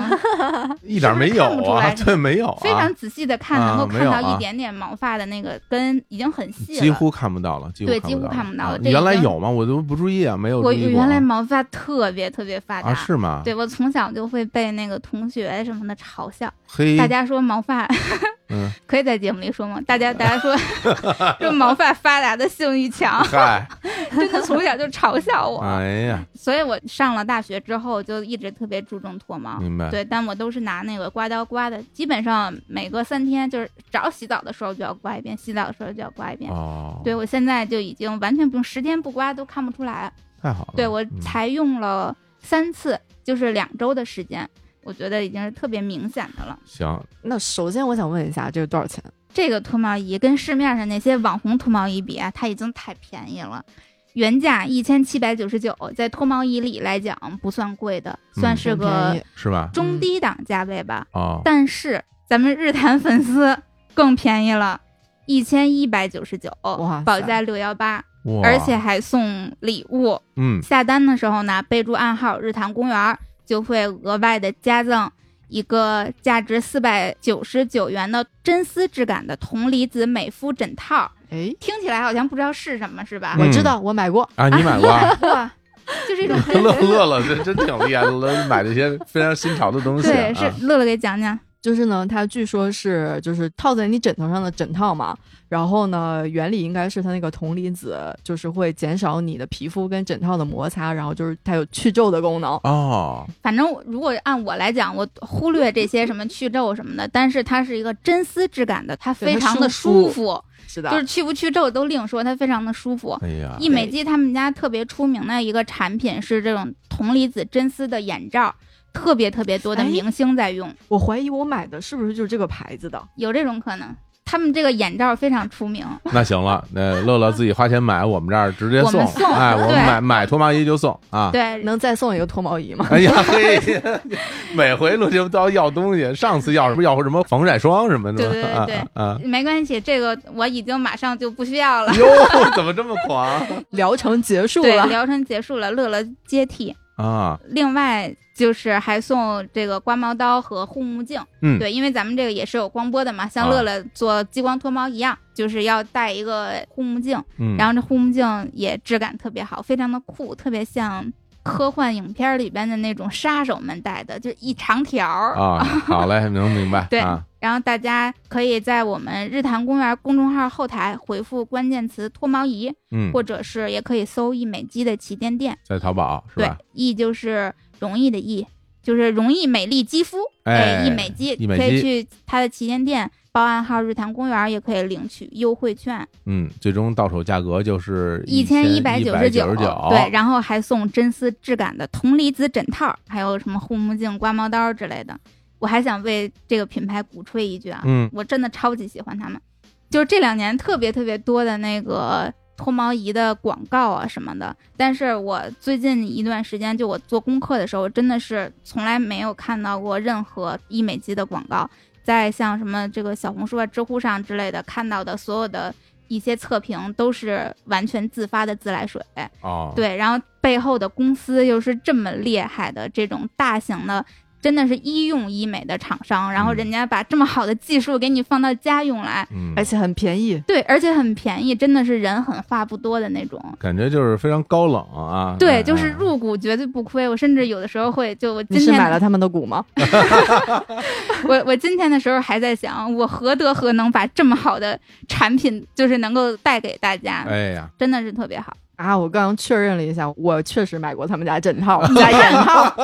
一点没是不是有看不出 *laughs* 啊，来对，没有啊，非常仔细的看，啊能够没看有到啊一点点毛发的那个根已经很细了。几乎看不到了，几乎对看几乎不到看不到了啊这已原来经有吗？我都不注意啊，没有注我意过原啊。来毛发特别特别发达。啊，是吗？对，我从小就会被那个同学什么的嘲笑，嘿，大家说毛发哎嗯， *laughs* 可以在节目里说吗？大家大家 *laughs* 说，说毛发发达的性欲强， *laughs* 嗨，真的从小就嘲笑我，哎呀，所以我上了大学之后就一直特别注重脱毛。明白， *laughs* 对，但我都是拿那个刮刀刮的，基本上每隔三天，就是只要洗澡的时候就要刮一遍，洗澡的时候就要刮一遍。哦，对，我现在就已经完全不用，十天不刮都看不出来。太好了，对我嗯才用了三次，就是两周的时间，我觉得已经是特别明显的了。行，那首先我想问一下，这个多少钱？这个脱毛仪跟市面上那些网红脱毛仪比啊，它已经太便宜了。原价一千七百九十九，在脱毛仪里来讲不算贵的，算嗯是挺个便宜是吧？中低档价位吧。哦，但是咱们日坛粉丝更便宜了，一千一百九十九哇塞，保价六幺八，哇而且，还送礼物。嗯，下单的时候呢，备注暗号“日坛公园”，就会额外的加赠一个价值四百九十九元的真丝质感的铜离子美肤枕套。哎，听起来好像不知道是什么，是吧？嗯啊我知道，我买过。啊，你买过啊？ *laughs* 哇，就是一种 *laughs* 真乐乐了，这真挺厉害的，买这些非常新潮的东西、啊。对，是乐乐给讲讲。就是呢，它据说是就是套在你枕头上的枕套嘛，然后呢，原理应该是它那个铜离子就是会减少你的皮肤跟枕套的摩擦，然后就是它有去皱的功能。哦，反正我如果按我来讲，我忽略这些什么去皱什么的，但是它是一个真丝质感的，它非常的舒服，是啊的，就是去不去皱都另说，它非常的舒服。哎呀，一美肌他们家特别出名的一个产品是这种铜离子真丝的眼罩，特别特别多的哎明星在用，我怀疑我买的是不是就是这个牌子的？有这种可能。他们这个眼罩非常出啊名，那行了，那乐乐自己花钱买，我们这儿直接我们送哎，我们对买买脱毛仪就送啊。对，能再送一个脱毛仪吗？ *laughs* 哎呀嘿， *laughs* 每回录节目都要要东西，上次要什么要什么防晒霜什么的，对对对对啊啊啊！没关系，这个我已经马上就不需要了。哟，怎么这么狂疗程结束对，了，疗程结束了，乐乐接替。啊？另外就是还送这个刮毛刀和护目镜，嗯对，因为咱们这个也是有光波的嘛，像啊乐乐做激光脱毛一样，就是要戴一个护目镜，嗯，然后这护目镜也质感特别好，非常的酷，特别像科幻影片里边的那种杀手们戴的，就是一长条儿。啊，好嘞，能明白。对啊，然后大家可以在我们日坛公园公众号后台回复关键词“脱毛仪”，嗯，或者是也可以搜“一美肌”的旗舰店。在淘宝是对吧？，易就是容易的易，就是容易美丽肌肤，哎易美肌易美可以肌去它的旗舰店报暗号“日坛公园”，也可以领取优惠券，嗯，最终到手价格就是一千一一百九十九。对，，然后还送真丝质感的铜离子枕套，还有什么护目镜、刮毛刀之类的。我还想为这个品牌鼓吹一句啊，嗯我真的超级喜欢他们，就是这两年特别特别多的那个脱毛仪的广告啊什么的。但是我最近一段时间，就我做功课的时候，真的是从来没有看到过任何医美机的广告，在像什么这个小红书啊、知乎上之类的看到的所有的。一些测评都是完全自发的自来水，哦，，对，然后背后的公司又是这么厉害的这种大型的，真的是医用医美的厂商，然后嗯人家把这么好的技术给你放到家用来，嗯，而且很便宜。对，而且很便宜，真的是人狠话不多的那种。感觉就是非常高冷啊。对，哎就是哎入股绝对不亏。我甚至有的时候会，就我今你是买天，了他们的股吗？我我今天的时候还在想，我何德何能把这么好的产品，就是能够带给大家，哎呀，真的是特别好。啊，我刚刚确认了一下，我确实买过他们家枕套，加枕 *laughs* 套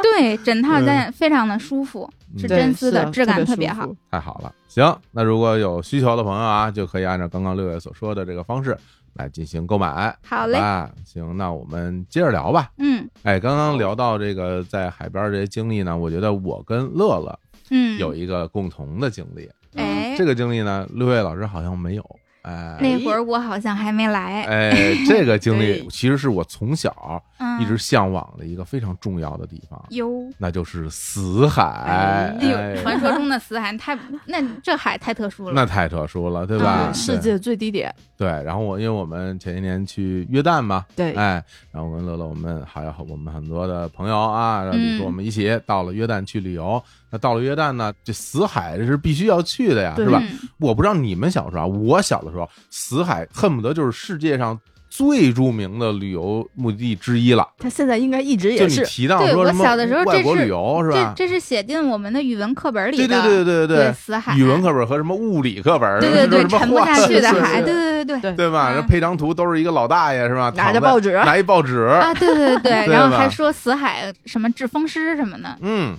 对，枕套在非常的舒服，是嗯真丝的对质感特特别好舒服太好了。行，那如果有需求的朋友啊，就可以按照刚刚六月所说的这个方式来进行购买。好嘞啊，行，那我们接着聊吧。嗯哎，刚刚聊到这个在海边这些经历呢，我觉得我跟乐乐嗯，有一个共同的经历。嗯哎这个经历呢，六月老师好像没有。哎，那会儿我好像还没来，哎，这个经历对其实是我从小嗯，一直向往的一个非常重要的地方，哟。那就是死海。哎哎呦，传说中的死海太那这海太特殊了那，太特殊了，对对吧？嗯啊世界最低点。对。对然后我因为我们前些年去约旦嘛，对，哎，然后我跟乐乐，我们还有我们很多的朋友啊，然后比如说嗯我们一起到了约旦去旅游。那到了约旦呢，这死海这是必须要去的呀，对是吧？嗯我不知道你们小时候啊，我小的时候，死海恨不得就是世界上最著名的旅游目的地之一了。它现在应该一直就也你是提到对说我什么小的时候外这国是旅游是这吧？这是写进我们的语文课本里对的，对对对对死海，对，语文课本和什么物理课本，对对对什么沉不化下去的是是海，是对对对对对对吧？嗯然后配张图都是一个老大爷是吧？拿躺在着报纸拿一报纸，啊，对对 *laughs* 对对，然后吧还说死海什么治风湿什么的，嗯，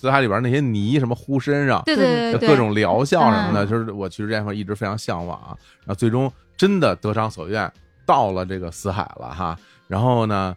死海里边那些泥什么糊身上，对对对对，各种疗效什么的，嗯就是我其实这块一直非常向往啊。然后最终真的得偿所愿，到了这个死海了哈。然后呢，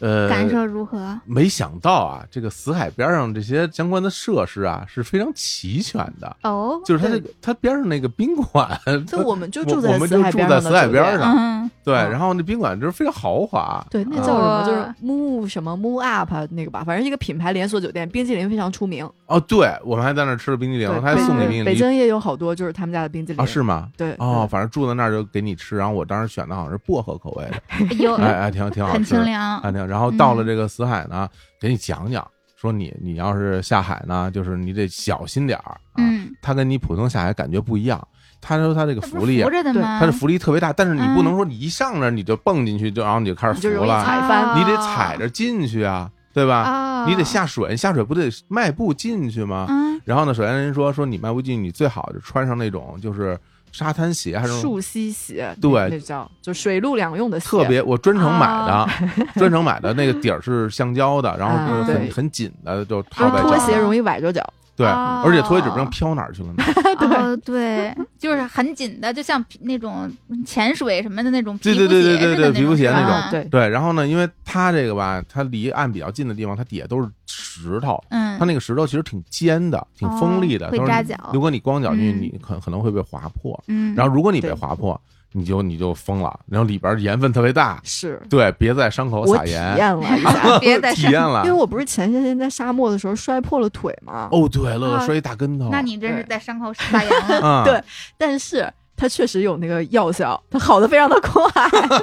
呃，感受如何？没想到啊，这个死海边上这些相关的设施啊是非常齐全的，哦，就是它这个它边上那个宾馆， *laughs* 就我们就我住在我们死就海住边在上的死海酒边店上嗯，对，嗯然后那宾馆就是非常豪华，对，那啊叫什么？就哇是木什么木 up 那个吧，反正一个品牌连锁酒店，冰淇淋非常出名。哦，对我们还在那儿吃了冰激凌，对他还北送你嗯冰北激凌京也有好多就是他们家的冰淇淋啊，是吗？对哦，，反正住在那儿就给你吃，然后我当时选的好像是薄荷口味 *laughs* 的，有哎哎，挺挺好很吃清的，凉啊，，挺。然后到了嗯这个死海呢，给你讲讲，说你你要是下海呢，就是你得小心点儿啊，嗯，它跟你普通下海感觉不一样。他说他这个它浮不力是啊浮，着的对吗？它是浮力特别大，但是你不嗯能说你一上那儿你就蹦进去，就然后你就开始你就浮容易了，踩翻哦你得踩着进去啊，对吧？啊，你得下水，你下水不得迈步进去吗？嗯，然后呢，首先人说说你迈步进去，你最好就穿上那种就是沙滩鞋，还是那种树吸鞋，对那那叫就水陆两用的鞋，特别我专程买啊的， *laughs* 专程买的那个底儿是橡胶的，然后啊就是很对很紧的，就套就在啊脚拖上。鞋容易崴着脚。对，啊而且拖鞋指不定飘哪儿去了呢。 *laughs* *laughs* 哦，对，就是很紧的，就像皮那种潜水什么的那种对皮肤对对对鞋似对的对皮肤鞋是哎那吧种啊，对，对，然后呢，因为它这个吧，它离岸比较近的地方，它底下都是石头，嗯，它那个石头其实挺尖的，挺锋利的，哦它会是扎脚如果你光脚进去，嗯你可可能会被划破。嗯，然后如果你被对划破，你就你就疯了，然后里边盐分特别大，是对，别在伤口我撒体盐，啊验了一 *laughs* 下，*laughs* 别再体上验了因为。我不是前些天在沙漠的时候摔破了腿嘛，哦，对，乐乐啊摔一大跟头，那你真是对在伤口撒盐了。啊， *laughs* 对但是它确实有那个药效，它好的非常的快。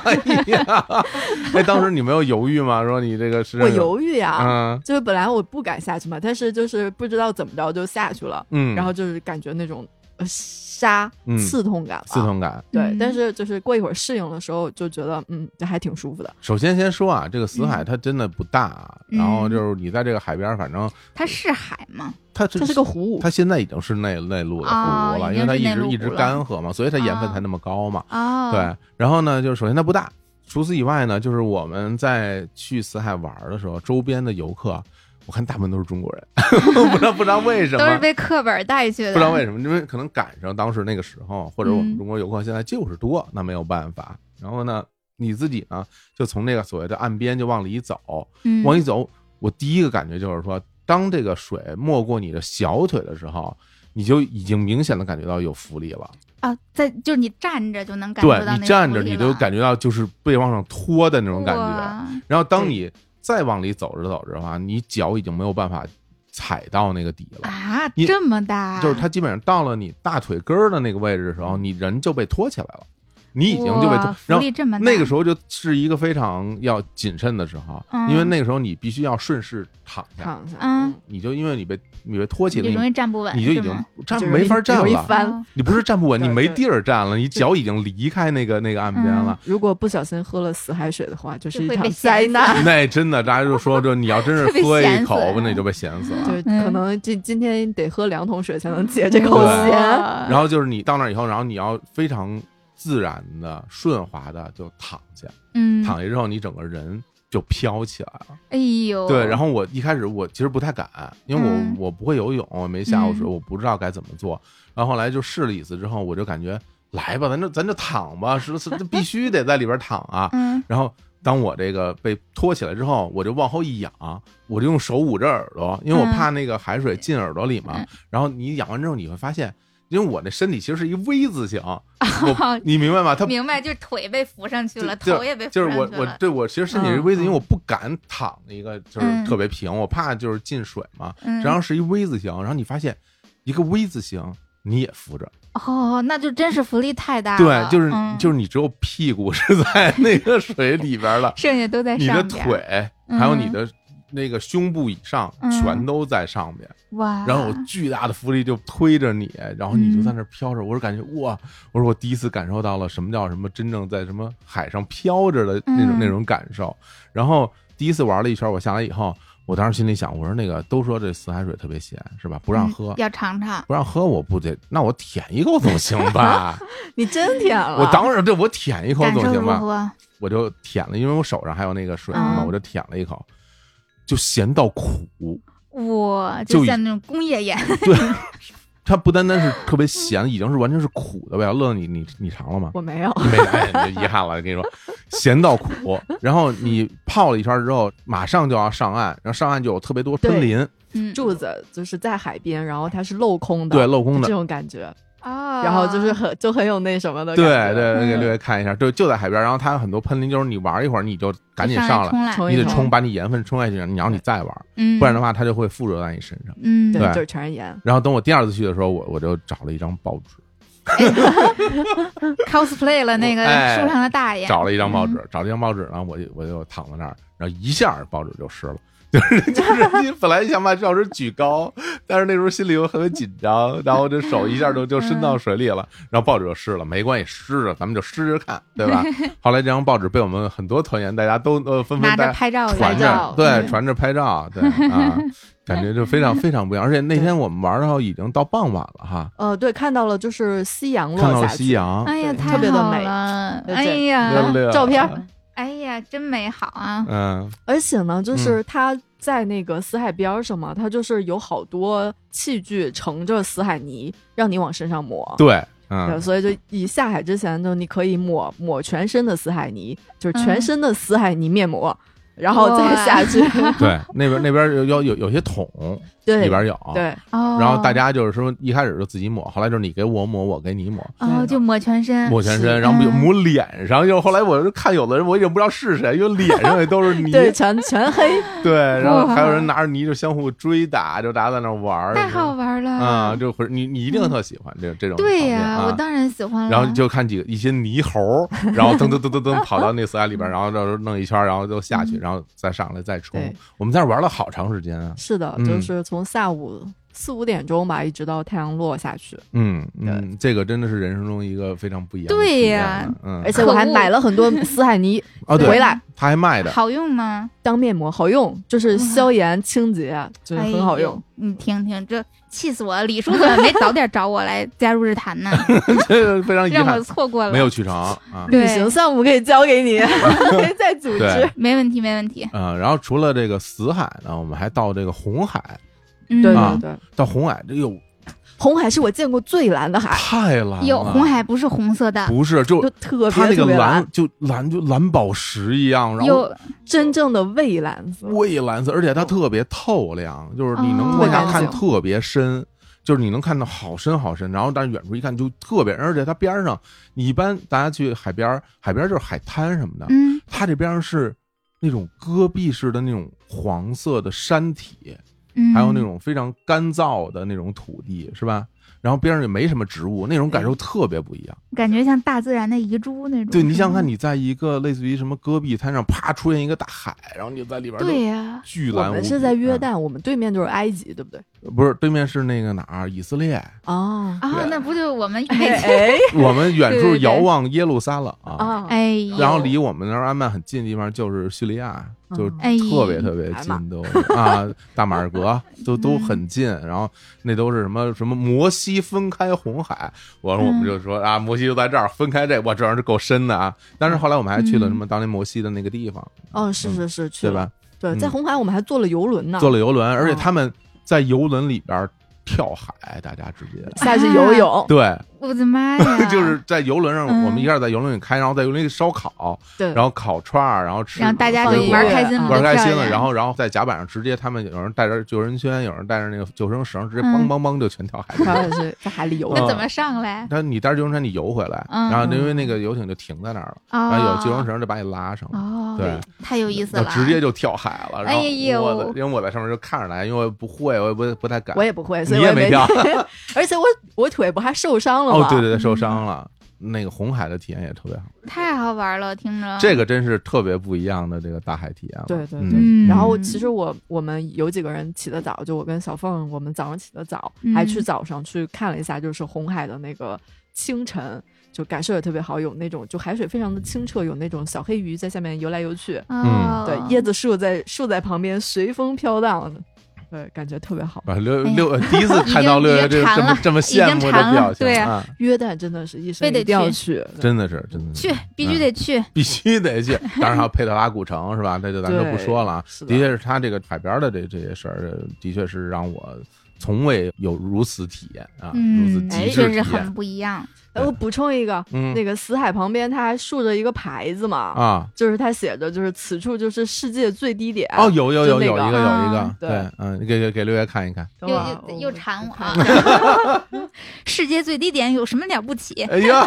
哎呀， *laughs* 哎，当时你没有犹豫吗？说你这个是我犹豫呀、啊，就是本来我不敢下去嘛，但是就是不知道怎么着就下去了，嗯，然后就是感觉那种呃沙嗯刺痛感吧，刺痛感。对，嗯但是就是过一会儿适应的时候，就觉得嗯，这还挺舒服的。首先先说啊，这个死嗯海它真的不大啊，嗯然后就是你在这个海边儿，反正它是海吗？它这它是个湖，啊它现在已经是内内陆的湖哦了，已因为它一经是内直陆一直湖了干涸嘛，所以它盐分哦才那么高嘛。哦，对，然后呢，就是首先它不大，除此以外呢，就是我们在去死海玩儿的时候，周边的游客，我看大部分都是中国 *laughs* 人，我不知道不知道为什么，都是被课本带去的。不知道为什么，因为可能赶上当时那个时候，或者我们嗯中国游客现在就是多，那没有办法。然后呢，你自己呢，就从那个所谓的岸边就往里走，嗯往里走，我第一个感觉就是说，当这个水没过你的小腿的时候，你就已经明显的感觉到有浮力了。啊，在就是你站着就能感受到对那你个站浮着，力你了就感觉到就是被往上拖的那种感觉。哇然后当对你再往里走着走着的话，你脚已经没有办法踩到那个底了。啊，你这么大，就是它基本上到了你大腿根儿的那个位置的时候，你人就被拖起来了，你已经就被哇拖。浮然后力这么大，那个时候就是一个非常要谨慎的时候，嗯因为那个时候你必须要顺势躺下，躺下，嗯嗯，你就因为你被你被拖起你来，容易你站不稳，你就已是经吗站就容易没法站容易了，翻哦你不是站不稳，你对没对地儿站了，你脚已经离开那个那个岸边嗯了。如果不小心喝了死海水的话，就是就一会被场咸灾难。 *laughs* 那真的，大家就说，就你要真 *laughs* 特是别喝一咸啊口死，那你就被咸死了。就嗯可能今今天得喝两桶水才能解这口嗯对咸。哇然后就是你到那儿以后，然后你要非常自然的、顺滑的就躺下，嗯，躺下之后，你整个人就飘起来了。哎呦，对，然后我一开始我其实不太敢，因为我、嗯我不会游泳，我没下过水，嗯我不知道该怎么做。然后后来就试了一次之后，我就感觉来吧，咱就咱就躺吧，是是，这必须得在里边躺啊。嗯，然后当我这个被拖起来之后，我就往后一仰，我就用手捂着耳朵，因为我嗯怕那个海水进耳朵里嘛。嗯然后你仰完之后，你会发现，因为我那身体其实是一 V 字形，我你明白吗？它明白，就是腿被扶上去了，就头也被扶就上是去我了，我对我其实身体是嗯 V 字，嗯因为我不敢躺一个就是嗯特别平，我怕就是进水嘛。嗯，然后是一 V 字形，然后你发现一个 V 字形你也扶着，哦，那就真是浮力太大对，了，就是嗯就是你只有屁股是在那个水里边了，剩下都在你的哎上边，腿还有你的那个胸部以上嗯啊全都在上面，哇，然后有巨大的浮力就推着你，然后你就嗯在那儿飘着。我是感觉哇，我说我第一次感受到了什么叫什么真正在什么海上飘着的那种、嗯那种感受。然后第一次玩了一圈，我下来以后，我当时心里想，我说那个都说这死海水特别咸，是吧？不让嗯喝。要尝尝，不让喝，我不得，那我舔一口总行 *laughs* 吧？你真舔了，我当然，对我舔一口感总受行如吧？何？我就舔了，因为我手上还有那个水嘛，嗯我就舔了一口，就咸到苦。哇，就就已像那种工 *laughs* 业盐，对，它不单单是特别咸，已经是完全是苦的味道。乐，你你你尝了吗？我没有， *laughs* 没，哎，你就遗憾了。跟你说，咸到苦。然后你泡了一圈之后，马上就要上岸，然后上岸就有特别多森林，嗯，柱子就是在海边，然后它是镂空的，对，镂空这的。种感觉，哦，然后就是很就很有那什么的对感觉，对，嗯给略微看一下，对，就在海边。然后它有很多喷林，就是你玩一会儿你就赶紧上上来，来，冲你得一冲冲，把你盐分冲下去，然后你再玩，嗯，不然的话它就会附着在你身上。嗯，对，对就是全是盐，然后等我第二次去的时候，我我就找了一张报纸， cosplay 了那个哎树上的大爷，找了一张报纸，嗯找了一张报纸，然后我就我就躺在那儿，然后一下报纸就湿了。 *laughs* 就是就是你本来想把报纸举高，但是那时候心里又特别紧张，然后这手一下就就伸到水里 *laughs* 了，然后报纸就湿了。没关系，湿着咱们就湿着看，对 *laughs* 吧？后来这张报纸被我们很多团员大家都呃纷纷拿带着拍照的传拍着照对嗯传着拍照， *laughs* 对啊，感觉就非常非常不一样。而且那天我们玩到已经到傍晚了哈，呃，对，看到了就是夕阳落看到了下去，夕阳，哎呀，对太特别的好美了对哎对溜呀，溜照片儿，哎呀，真美好啊，嗯，而且呢，就是它在那个死海边儿上嘛，它就是有好多器具盛着死海泥，让你往身上抹。对，对，嗯，所以就以下海之前，就你可以抹抹全身的死海泥，就是嗯全身的死海泥面膜，然后再 *laughs* 下去。对，那边那边有有有有些桶对里边有，啊对，哦，然后大家就是说一开始就自己抹，后来就是你给我抹，我给你抹，哦，就抹全身，抹全身，是然后嗯抹脸上，又后来我就看有的人我已经不知道是谁，因为脸上也都是 *laughs* 泥，对，全全黑。对然后哇还有人拿着泥就相互追打，就大家在那玩儿，太好玩了啊，！就会你你一定特喜欢这这种对呀、呀，我啊。当然喜欢了，然后就看几个一些泥猴儿，然后噔噔噔噔 *laughs* 噔跑到那死海里边，然后就弄一圈儿，然后就下嗯去，然后再上来再冲对。我们在那儿玩了好长时间啊，是的，嗯就是从下午四五点钟吧，一直到太阳落下去。嗯嗯，这个真的是人生中一个非常不一样的对体验呀了，嗯而，且我还可恶买 *laughs* 了很多死海泥哦对回来他还卖的，好用吗？当面膜，好用，就是消炎清洁，就是哎很好用呦。。你听听，这气死我了！李叔怎么没早点找我来加入 *laughs* 日坛呢？这个非常遗让我憾，错过了。没有，去成啊。对旅行项目可以交 *laughs* 给你，再组对织。没问题，没问题。嗯，然后除了这个死海呢，我们还到这个红海，嗯，对啊对对，到红海，这哟红海是我见过最蓝的海，太蓝了，有红海不是红色的，啊不是就就特它那别特个别蓝，就蓝就蓝宝石一样，然后有真正的蔚蓝色。蔚蓝色，而且它特别透亮，就是你能哦往下看特别干净特别深。就是你能看到好深好深，然后但是远处一看就特别，而且它边上，你一般大家去海边，海边就是海滩什么的，嗯，它这边儿是那种戈壁式的那种黄色的山体，嗯还有那种非常干燥的那种土地，是吧？然后边上也没什么植物，那种感嗯受特别不一样。感觉像大自然的遗珠那种。对，你想想看，，你在一个类似于什么戈壁滩上，啪出现一个大海，然后你就在里边儿对就呀，巨我蓝无们比。是在约嗯、旦，我们对面就是埃及，对不对？不是对面是那个哪儿？以色列。哦，啊，对那不就我们 *laughs* *laughs* 哎哎哎我们远对处对对遥望耶路撒冷啊，啊，哎呦，然后离我们那儿安曼很近的地方就是叙利亚，就嗯哎特别特别哎嗯近都啊，大马士革都都很近，然后那都是什么什么摩西分开红海，我说我们就说嗯啊，摩西就在这儿分开这，哇，这玩意儿够深的啊！但是后来我们还去了什么当年摩西的那个地方，哦，是是嗯是，嗯嗯去对了吧？？对，嗯在红海我们还坐了游轮呢，坐了游轮，而且他们在游轮里边跳海，大家直接 *laughs* 下去游啊泳，对，我的妈呀！ *laughs* 就是在游轮上，嗯我们一下在游轮里开，然后在游轮里烧烤，对，然后烤串儿，然后吃，让大家水就果玩开心了，玩开心漂了，亮然后然后在甲板上直接他们有人带着救生圈，有人带着那个救生绳，直接梆嗯梆梆就全跳海里。 *laughs* 然后也是在海里游嗯那泳，怎么上来？他你带着救生圈你游回来，嗯然后因为那个游艇就停在那儿了，然啊，后有救生绳就把你拉上了。哦，对，太有意思然了，啊后直接就跳海了，然后哎呦我的，因为我在上面就看着来，因为我不会，我也不不太敢我，也不会，嗯所 *laughs* 你以我也没跳，而且我我腿不还受伤了哦吗？，对对对，受伤了，那个红海的体验也特别好，太好玩了，听着这个真是特别不一样的这个大海体验了。对对对嗯、然后其实我我们有几个人起得早，就我跟小凤，我们早上起得早，还去嗯早上去看了一下，就是红海的那个清晨，就感受也特别好，有那种就海水非常的清澈，有那种小黑鱼在下面游来游去，嗯哦，对，椰子树在树在旁边随风飘荡，对，感觉特别好。啊，六哎呀六第一次看到已经六月已这经个这馋么了这么已经羡慕的馋了表情对啊， *laughs* 约旦真的是一生非得一定要去去，真的是真的是去必须得去，必须得去，当然还有佩特拉古城是吧？这就咱就不对说了啊。是的的确是他这个海边的这这些事儿，的确是让我从未有如此体验啊，如此嗯，极确致实体验很。不一样。哎，我补充一个，嗯那个死海旁边它还竖着一个牌子嘛，啊，就是它写着就是此处就是世界最低点。哦，有有有就那有个一个有一个啊，对对，嗯，你给给给六月看一看。等又会儿又又馋我啊看！世界最低点有什么了不起？哎呀，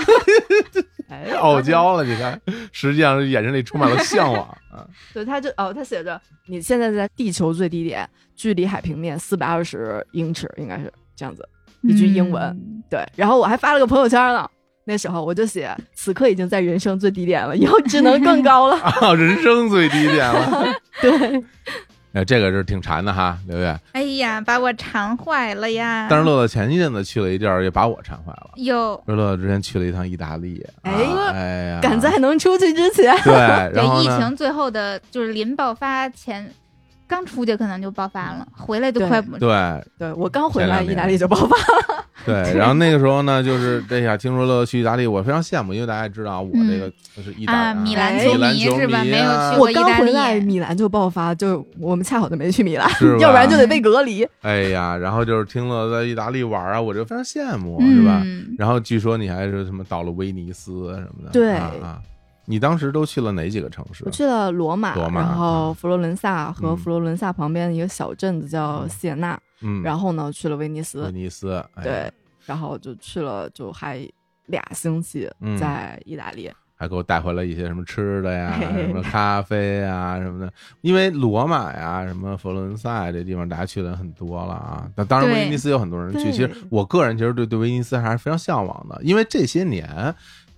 *laughs* 哎，傲娇了，你看，实际上是眼神里充满了向往啊。对，它就哦，它写着你现在在地球最低点，距离海平面四百二十英尺，应该是这样子。一句英文嗯对，然后我还发了个朋友圈呢。那时候我就写，此刻已经在人生最低点了，以后只能更高 *laughs* 了。啊，人生最低点 *laughs* 了。对，哎，这个是挺馋的哈，刘月。哎呀，把我馋坏了呀！但是乐乐前一阵子去了一地儿，也把我馋坏了。有乐乐之前去了一趟意大利，啊哎哎呀，赶在能出去之 *laughs* 前， *laughs* 对，然后对疫呢？情最后的就是临爆发前，刚出去可能就爆发了，回来就对快不对对我刚回前两来意大年利就爆发， *laughs* 对，然后那个时候呢，就是哎呀，听说乐乐去意大利，我非常羡慕，因为大家也知道我这个就是意大利、啊米嗯兰球米兰迷球迷是吧没有啊去哎我过意刚大回利来米兰就爆发，就我们恰好就没去米兰，是吧 *laughs* 要不然就得被隔离。哎呀，然后就是听乐乐在意大利玩啊，我就非常羡慕，是吧？嗯，然后据说你还是什么到了威尼斯什么的，对啊啊，你当时都去了哪几个城市啊我？去了罗马，罗马然后佛罗伦萨嗯和佛罗伦萨旁边的一个小镇子叫谢纳，嗯，然后呢去了威尼斯威，尼斯，哎、对，，然后就去了，就还俩星期嗯在意大利，还给我带回来一些什么吃的呀，嘿嘿什么咖啡呀什么的。因为罗马呀、什么佛罗伦萨呀这地方，大家去的人很多了啊。那当然，对威尼斯有很多人去。对其实我个人其实对对威尼斯还是非常向往的，因为这些年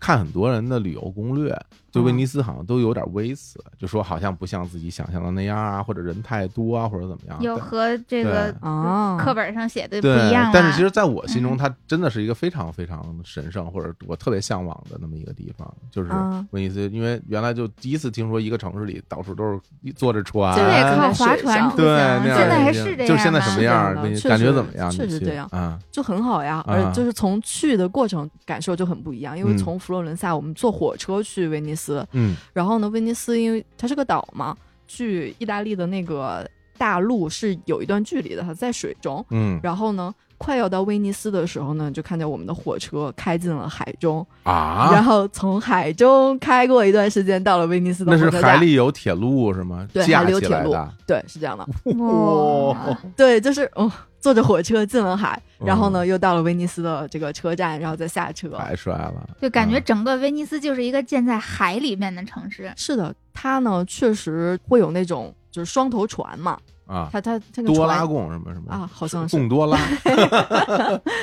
看很多人的旅游攻略，对嗯威尼斯好像都有点微词，就说好像不像自己想象的那样啊，或者人太多啊，或者怎么样。有但和这个啊课本上写的不对一样，但是了其实在我心中，嗯它真的是一个非常非常神圣，或者我特别向往的那么一个地方，就是啊威尼斯。因为原来就第一次听说一个城市里到处都是坐着船，现现在也靠看划船出对，行，那样现在还已经是这样吗，就是现在什么样是这样儿？的你确实感觉怎么样？确你实去这样啊，就很好呀，啊而就是从去的过程感受就很不一样，因为嗯从佛罗伦萨我们坐火车去威尼斯，嗯然后呢，威尼斯因为它是个岛嘛，距意大利的那个大陆是有一段距离的，它在水中。嗯然后呢，快要到威尼斯的时候呢，就看见我们的火车开进了海中，然啊，后从海中开过一段时间，到了威尼斯的那是火车海站。里有铁路是吗？对，架海里有起铁来路的，对，是这样的。哇哇，对，就是嗯，坐着火车进了海，然后嗯呢，又到了威尼斯的这个车站，然后再下车。太帅了，就感觉啊整个威尼斯就是一个建在海里面的城市，是的，它呢确实会有那种就是双头船嘛，啊，它它它那个多拉船贡什么什么啊，好像是贡多 *laughs* 拉，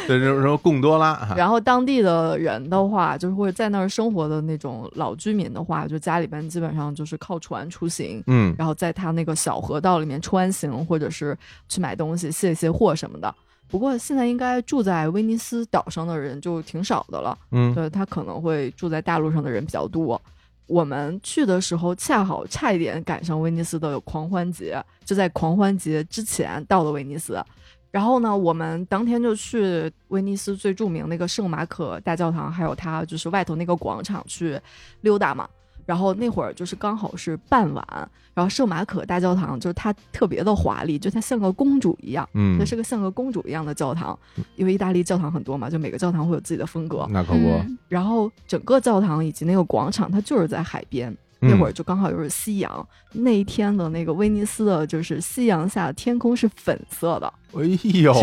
对，什么什么贡多拉啊，然后当地的人的话，就是或者在那儿生活的那种老居民的话，就家里边基本上就是靠船出行，嗯然后在他那个小河道里面穿行，或者是去买东西、卸一卸货什么的。不过现在应该住在威尼斯岛上的人就挺少的了，嗯，对他可能会住在大陆上的人比较多。我们去的时候恰好差一点赶上威尼斯的狂欢节，就在狂欢节之前到了威尼斯。然后呢，我们当天就去威尼斯最著名那个圣马可大教堂，还有它就是外头那个广场去溜达嘛。然后那会儿就是刚好是傍晚，然后圣马可大教堂就是它特别的华丽，就它像个公主一样，嗯它是个像个公主一样的教堂。因为意大利教堂很多嘛，就每个教堂会有自己的风格。那可不，嗯，然后整个教堂以及那个广场，它就是在海边。嗯那会儿就刚好又是夕阳，那一天的那个威尼斯的，就是夕阳下天空是粉色的，哎呦，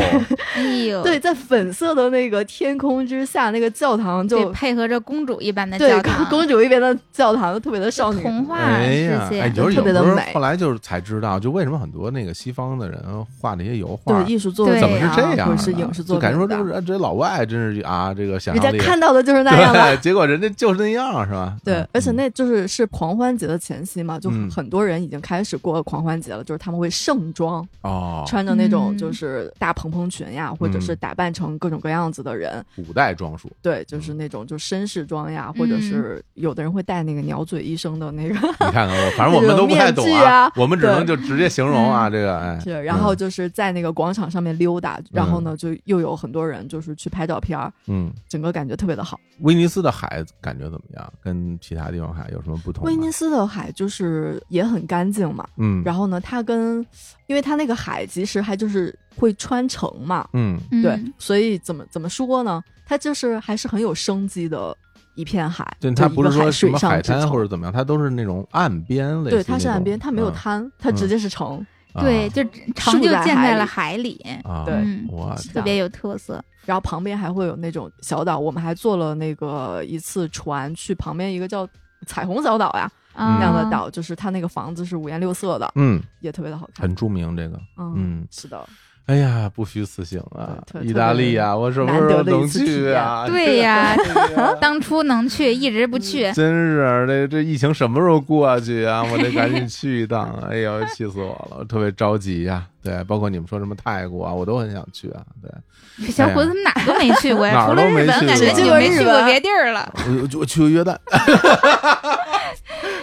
哎呦，对，，在粉色的那个天空之下，那个教堂得就配合着公主一般的对教公堂，公主一边的教堂，特别的少女。童话哎世呀，哎，界，就是有特别时地候美后来就是才知道，就为什么很多那个西方的人画那些油画对，艺术作品、对啊、怎么是这样或的？者是影视作就品感的，觉说这个人这老外真是啊，这个想人家象力， *laughs* 看到的就是那样的。对，结果人家就是那样，是吧？对嗯，而且那就是是狂欢节的前夕嘛，就嗯很多人已经开始过狂欢节了，就是他们会盛装，哦，穿着那种嗯就是大蓬蓬裙呀，或者嗯是打扮成各种各样子的人，古代装束，对，嗯就是那种就绅士装呀，或者是有的人会戴那个鸟嘴医生的那个，你看看我，反正我们都不太懂这种面具啊啊，嗯我们只能就直接形容啊，这个 *laughs* 哎，是，然后就是在那个广场上面溜达，然后呢，就又有很多人就是去拍照片儿，嗯，嗯整个感觉特别的好。威尼斯的海感觉怎么样？跟其他地方海有什么不同吗？威尼斯的海就是也很干净嘛，嗯，然后后呢，它跟因为它那个海其实还就是会穿城嘛，嗯嗯对，所以怎么怎么说呢？它就是还是很有生机的一片海，对，就它一不个是说海什水么上海之滩城或者怎么样，它都是那种岸边类似那种。对，它是岸边，它没有滩，它直接是城。嗯，对，啊就城就树在建海在里了海里，啊，对嗯哇，是特别有特色。然后旁边还会有那种小岛，我们还坐了那个一次船去旁边一个叫彩虹小岛呀嗯那样啊的岛，就是它那个房子是五颜六色的，嗯，也特别的好看。很著名这个，嗯，嗯，是的，哎呀，不虚此行啊对，特意大利啊，我什么难时候得的一能次体去啊？ *laughs* 对 *laughs* *laughs* 呀，对呀当初能去，一直不去。真是啊这这疫情什么时候过去啊？我得赶紧去一趟！哎呦，气死我了，我特别着急呀、对，包括你们说什么泰国啊，我都很想去啊。对，小伙子们哪儿都没去过 *laughs* 哪呀，儿除都了没日本，去感觉过嗯就没只有去日过本别地儿了，我我我去过约旦， *laughs*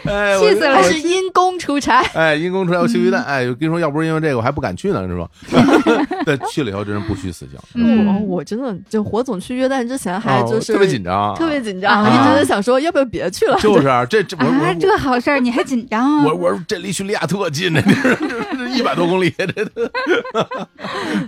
哎，我气死它了。是因公出差，哎，因公出差我去约嗯旦，哎，我跟你说，要不是因为这个，我还不敢去呢，是吧？ *laughs* 对，去了以后真是不虚此行，嗯我我真的就火总去约旦之前还哦哎就是特别紧张，特别紧张，啊一直在想说要不要别去了，就是啊，这 *laughs* 这我啊，我这好事儿你还紧张？我我这离叙利亚特近，这地儿这这 *laughs* 一百多公里， *laughs* 这这，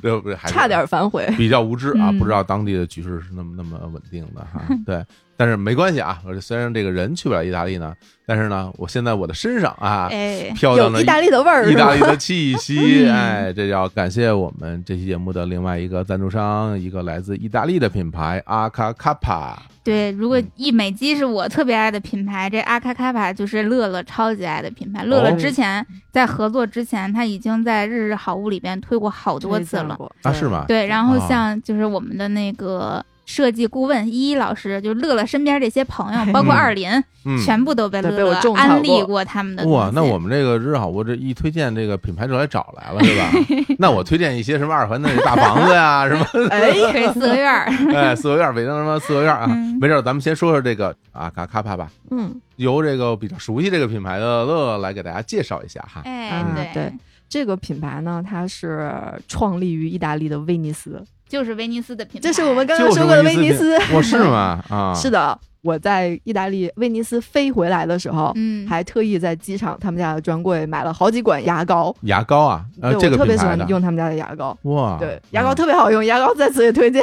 这不是还是差点反悔。比较无知啊，嗯不知道当地的局势是那么那么稳定的 *laughs* 哈。对，但是没关系啊，我这虽然这个人去不了意大利呢，但是呢，我现在我的身上啊，哎，飘荡有着意大利的味儿，意是吧大利 *laughs* 的气息，嗯哎，这要感谢我们这期节目的另外一个赞助商，一个来自意大利的品牌阿卡卡帕。对，如果嗯一美肌是我特别爱的品牌，这阿卡卡帕就是乐乐超级爱的品牌。乐乐哦之前在合作之前，他已经在日日好物里边推过好多次了。啊，是？吗？对，然后啊像就是我们的那个设计顾问依依老师，就乐乐身边这些朋友，包括嗯二林，嗯，全部都被对乐被我乐种草安利过过他们的东西。哇，那我们这个日好，我这一推荐这个品牌就来找来了，是 *laughs* 吧？那我推荐一些什么二环的大房子呀，什么哎，对四合院儿，哎四合院，北京什么四合院啊？嗯没事儿，咱们先说说这个阿卡卡帕吧。嗯，由这个比较熟悉这个品牌的乐乐来给大家介绍一下哈。哎啊，对对，这个品牌呢，它是创立于意大利的威尼斯，就是威尼斯的品牌，这是我们刚就刚是说过的威尼斯。品， *laughs* 我是吗？啊，是的，我在意大利威尼斯飞回来的时候，嗯，还特意在机场他们家的专柜买了好几管牙膏，牙膏啊，呃，对这我个特别品喜牌欢的用他们家的牙膏。哇，对，牙膏嗯特别好用，牙膏在此也 *laughs* 推荐。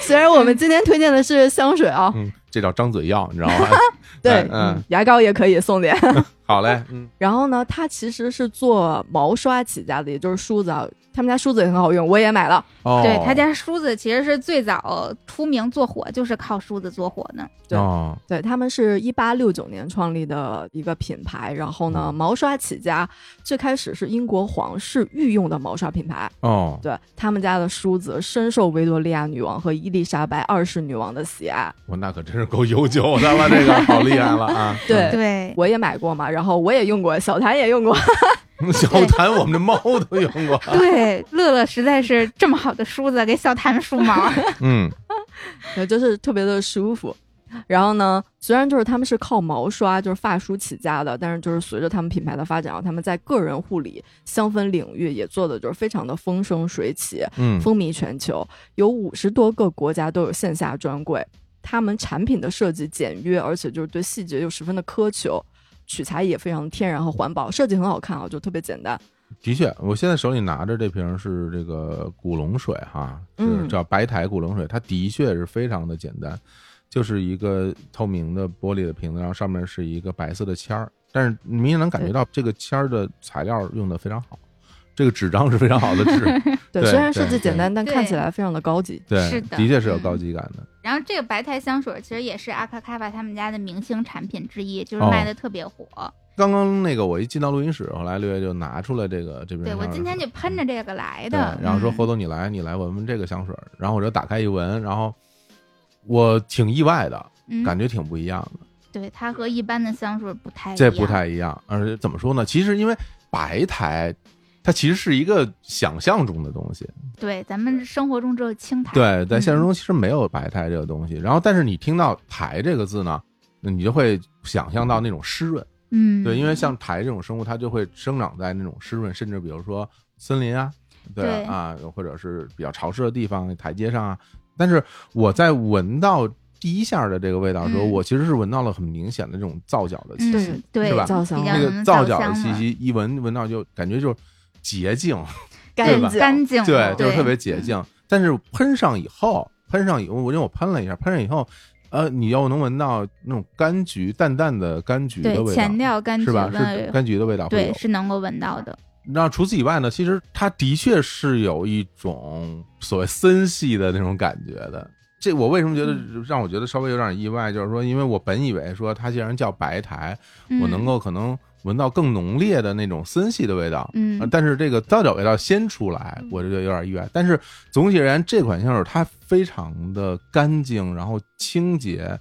虽然我们今天推荐的是香水啊，嗯，这叫张嘴药，你知道吗？ *laughs* 对，嗯嗯，牙膏也可以送点。好嘞，嗯，然后呢，它其实是做毛刷起家的，也就是梳子啊。他们家梳子也很好用，我也买了。哦，对他家梳子其实是最早出名做火，就是靠梳子做火的。对哦，对他们是一八六九年创立的一个品牌，然后呢，嗯毛刷起家，最开始是英国皇室御用的毛刷品牌。哦，对他们家的梳子深受维多利亚女王和伊丽莎白二世女王的喜爱，我那可真是够悠久的了，这个好厉害了啊！对对，我也买过嘛，然后我也用过，小谭也用过，嗯小谭，我们这猫都用 *laughs* 过，对，乐乐实在是这么好的梳子给小谭 *laughs* 梳毛，嗯对，就是特别的舒服。然后呢，虽然就是他们是靠毛刷，就是发梳起家的，但是就是随着他们品牌的发展，他们在个人护理、香氛领域也做的就是非常的风生水起，嗯，风靡全球，有五十多个国家都有线下专柜。他们产品的设计简约，而且就是对细节又十分的苛求，取材也非常天然和环保，设计很好看啊，就特别简单。的确，我现在手里拿着这瓶是这个古龙水哈，是嗯叫白台古龙水，它的确是非常的简单，就是一个透明的玻璃的瓶子，然后上面是一个白色的签儿，但是你明显能感觉到这个签儿的材料用的非常好，这个纸张是非常好的 *laughs* 纸，对，对虽然设对计简对单，但看起对来非常的高级。对，是的的确是有嗯高级感的。然后这个白苔香水其实也是阿卡卡巴他们家的明星产品之一，就是哦卖的特别火。刚刚那个我一进到录音室，后来六月就拿出了这个这瓶对香水，我今天就喷着这个来对的，，然后说嗯侯总你来，你来闻闻这个香水儿，然后我就打开一闻，然后我挺意外的，嗯感觉挺不一样的，对它和一般的香水不太一这样，不太一样。而且怎么说呢？其实因为白苔，它其实是一个想象中的东西，对，咱们生活中只有青苔，对，在现实嗯中其实没有白苔这个东西。然后，但是你听到“苔”这个字呢，那你就会想象到那种湿润，嗯，对，因为像苔这种生物，它就会生长在那种湿润，甚至比如说森林啊，对啊，或者是比较潮湿的地方，台阶上啊。但是我在闻到第一下的这个味道的时候，嗯我其实是闻到了很明显的这种皂角的气息，嗯，对，是吧皂香比较那浓个的皂皂角的香气味儿息一闻闻到就感觉就是洁净，干吧净，干净 *laughs* 对，了，就是嗯对嗯特别洁净。但是喷上以后，喷上以后，我因为我喷了一下，喷上以后，呃，你要能闻到那种柑橘淡淡的柑橘的对味道前，调柑橘是吧？的是，柑橘的味道会对有。是能够闻到的，那除此以外呢，其实它的确是有一种所谓森系的那种感觉的。这我为什么觉得嗯让我觉得稍微有点意外，就是说，因为我本以为说它既然叫白苔，我嗯能够可能闻到更浓烈的那种森系的味道。嗯呃嗯但是这个皂角味道先出来，我就觉得有点意外。但是总体而言，这款香水它非常的干净，然后清洁。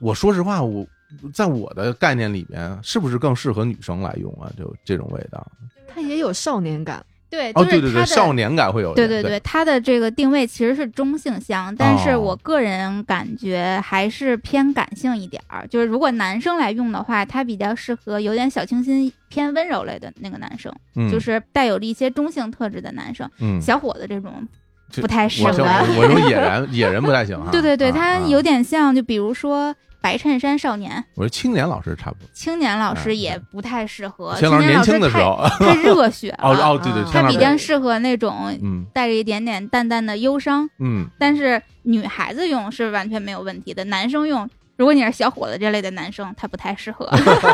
我说实话，我在我的概念里面，是不是更适合女生来用啊？就这种味道。它也有少年感。对，哦，就对是对它对，的少年感会有一对点。对对对，它的这个定位其实是中性香，但是哦我个人感觉还是偏感性一点儿。就是如果男生来用的话，它比较适合有点小清新、偏温柔类的那个男生，嗯，就是带有了一些中性特质的男生，嗯，小伙子这种这不太适我合就。我说野人，野人不太行啊。 *laughs* 对对对，啊它啊有点像，就比如说白衬衫少年。我说青年老师差不多，青年老哎师也不太适合，青年老青师年年老师轻的时太候，哦太热血 *laughs* 了，哦，对对，啊青他年老比师较适合那种嗯带着一点点淡淡的忧伤，嗯，但是女孩子用是完全没有问题的，男生用，如果你是小伙子这类的男生，他不太适合。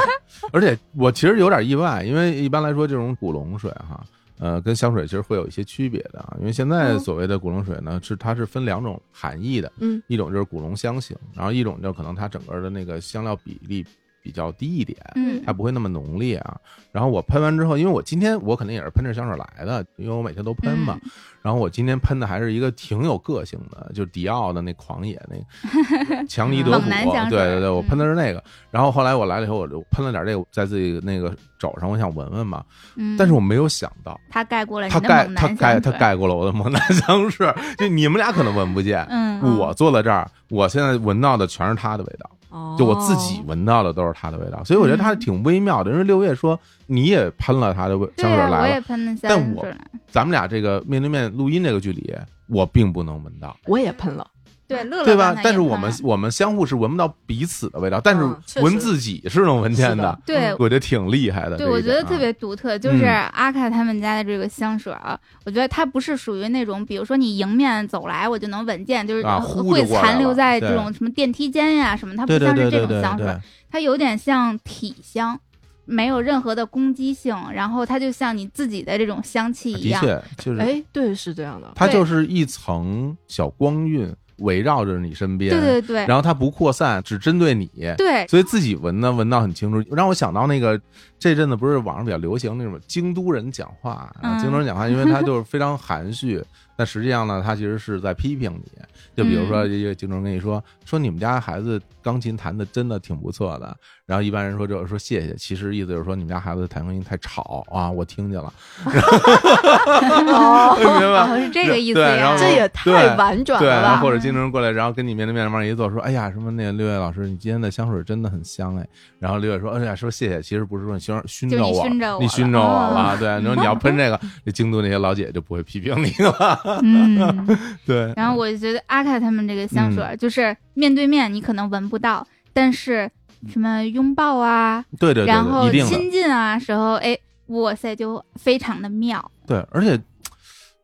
*laughs* 而且我其实有点意外，因为一般来说这种古龙水哈，呃，跟香水其实会有一些区别的啊。因为现在嗯所谓的古龙水呢，是它是分两种含义的，嗯，一种就是古龙香型，然后一种就可能它整个的那个香料比例比较低一点， *laughs* 嗯它不会那么浓烈啊。然后我喷完之后，因为我今天我肯定也是喷着香水来的，因为我每天都喷嘛。然后我今天喷的还是一个挺有个性的，就是迪奥的那狂野那 *laughs* 个强尼德普，猛男香对水对对，我嗯喷的是那个。然后后来我来了以后，我就喷了点这个在自己那个肘上，我想闻闻嘛。嗯，但是我没有想到，他盖过了你它的盖猛它男盖香它水，盖过了我的猛男香水，就你们俩可能闻不见。嗯，我坐在这儿，我现在闻到的全是它的味道，哦就我自己闻到的都是它的味道，所以我觉得它是挺微妙的。因为六月说你也喷了它的味对香水啊，我来了，也喷了香但我水了。咱们俩这个面对面录音这个距离，我并不能闻到，我也喷了，对，乐乐对刚吧才？但也是喷我们了我们相互是闻不到彼此的味道，但嗯是确闻实自己是能闻见是的的，对我觉得挺厉害的。对，这一我觉点得啊特别独特，就是嗯阿卡他们家的这个香水啊，我觉得它不是属于那种，比如说你迎面走来，我就能闻见，就是啊呼会着过来残留了在对这种什么电梯间呀、什么，它不对对像是对对这种对香水对，，它有点像体香，没有任何的攻击性，然后它就像你自己的这种香气一啊的样。确就是哎，对，是这 *laughs* 样的。它对就是一层小光晕围绕着你身边，对对对然后它不扩散，只针对你。对，所以自己闻呢，闻到很清楚，让我想到那个这阵子不是网上比较流行那种京都人讲话，啊，嗯京都人讲话，因为 *laughs* 他就是非常含蓄，但实际上呢，他其实是在批评你。就比如说，一个京都人跟你说说你们家孩子钢琴弹的真的挺不错的，然后一般人说就是说谢谢，其实意思就是说你们家孩子弹钢琴太吵啊，我听见了， *laughs* 哦，明白吗？哦是这个意思对然呀后。这也太婉转对，了然后吧？或者经纪人过来，然后跟你面对面往上一坐，说：“哎呀，什么那个六月老师，你今天的香水真的很香哎。”然后六月说：“哎呀，说谢谢，其实不是说你熏熏就是着你我熏着我你了熏着我哦了。对，你说你要喷这个， *laughs* 这京都那些老姐姐就不会批评你了。嗯，对，然后我就觉得阿卡他们这个香嗯水儿，就是面对面你可能闻不到，但是什么拥抱啊，对对对然对，后一定的亲近啊时候，哎，哇塞，就非常的妙。对，而且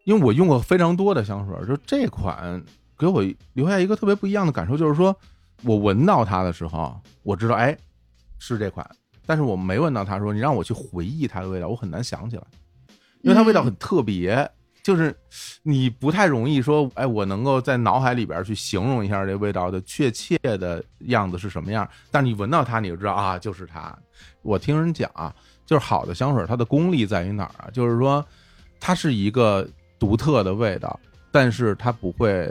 因为我用过非常多的香水，就这款给我留下一个特别不一样的感受，就是说我闻到它的时候，我知道哎是这款，但是我没闻到它的时候，你让我去回忆它的味道，我很难想起来。因为它味道很特别，就是你不太容易说，哎，我能够在脑海里边去形容一下这味道的确切的样子是什么样，但是你闻到它，你就知道啊，就是它。我听人讲啊，就是好的香水，它的功力在于哪儿啊？就是说，它是一个独特的味道，但是它不会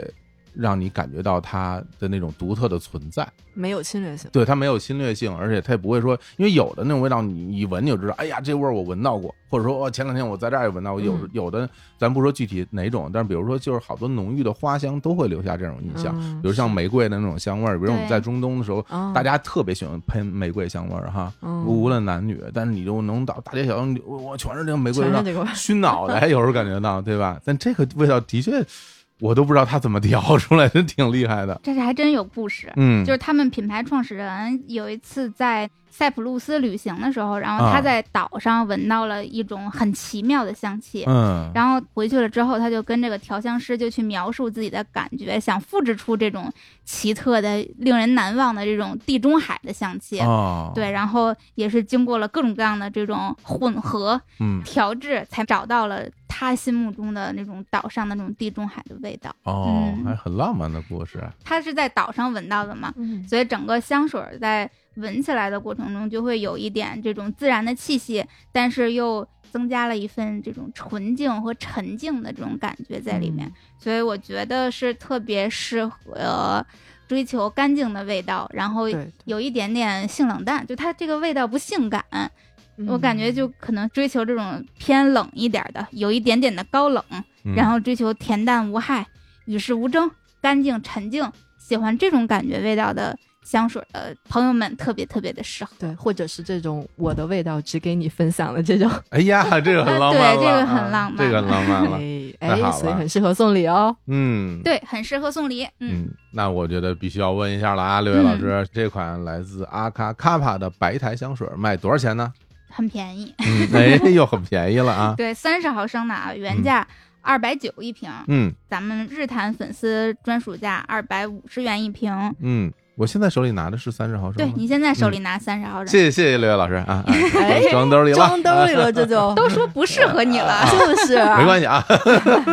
让你感觉到它的那种独特的存在。没有侵略性。对，它没有侵略性，而且它也不会说，因为有的那种味道你，你一闻就知道，哎呀，这味儿我闻到过，或者说，哦，前哦两天我在这儿也闻到过。有嗯有的，咱不说具体哪种，但是比如说，就是好多浓郁的花香都会留下这种印象，嗯比如像玫瑰的那种香味儿，比如我们对在中东的时候，啊，大家特别喜欢喷玫瑰香味儿哈，嗯无论男女，但是你就能到大街小巷，我我全是这个玫瑰全是味儿，这个 *laughs* 味儿熏脑袋，有时候感觉到，对吧？但这个味道的确，我都不知道它怎么调出来，真挺厉害的。这是还真有故事。嗯，就是他们品牌创始人有一次在塞浦路斯旅行的时候，然后啊他在岛上闻到了一种很奇妙的香气，嗯，然后回去了之后，他就跟这个调香师就去描述自己的感觉，想复制出这种奇特的、令人难忘的这种地中海的香气。哦，对，，然后也是经过了各种各样的这种混合嗯，调制，才找到了他心目中的那种岛上的那种地中海的味道。哦，嗯还很浪漫的故事，他是在岛上闻到的嘛，嗯所以整个香水儿在闻起来的过程中，就会有一点这种自然的气息，但是又增加了一份这种纯净和沉静的这种感觉在里面。嗯所以我觉得是特别适合追求干净的味道，然后对对有一点点性冷淡，就它这个味道不性感，嗯我感觉就可能追求这种偏冷一点的，有一点点的高冷，嗯然后追求恬淡无害、与世无争、干净沉静，喜欢这种感觉味道的香水的朋友们特别特别的适合。对，或者是这种我的味道只给你分享的这种，哎呀，这个很浪漫了，对这个啊很浪漫这个很浪漫了，哎太 *laughs* 好哎，了所以很适合送礼 *laughs* 哦。嗯，。对，很适合送礼。嗯，嗯，那我觉得必须要问一下了啊，六月老师，这款来自阿卡卡帕的白苔香水卖多少钱呢？很便宜。 *laughs* 嗯，哎，又很便宜了啊。对，三十毫升的啊，原价二百九一瓶，嗯咱们日坛粉丝专属价二百五十元一瓶。嗯，我现在手里拿的是三十毫升对吗。你现在手里拿三十哦毫升，嗯谢谢谢谢六月老师 *laughs* 啊，啊哎装兜里了，装兜里了，*laughs* 这就都说不适合你啊了。就是没关系啊。 *laughs*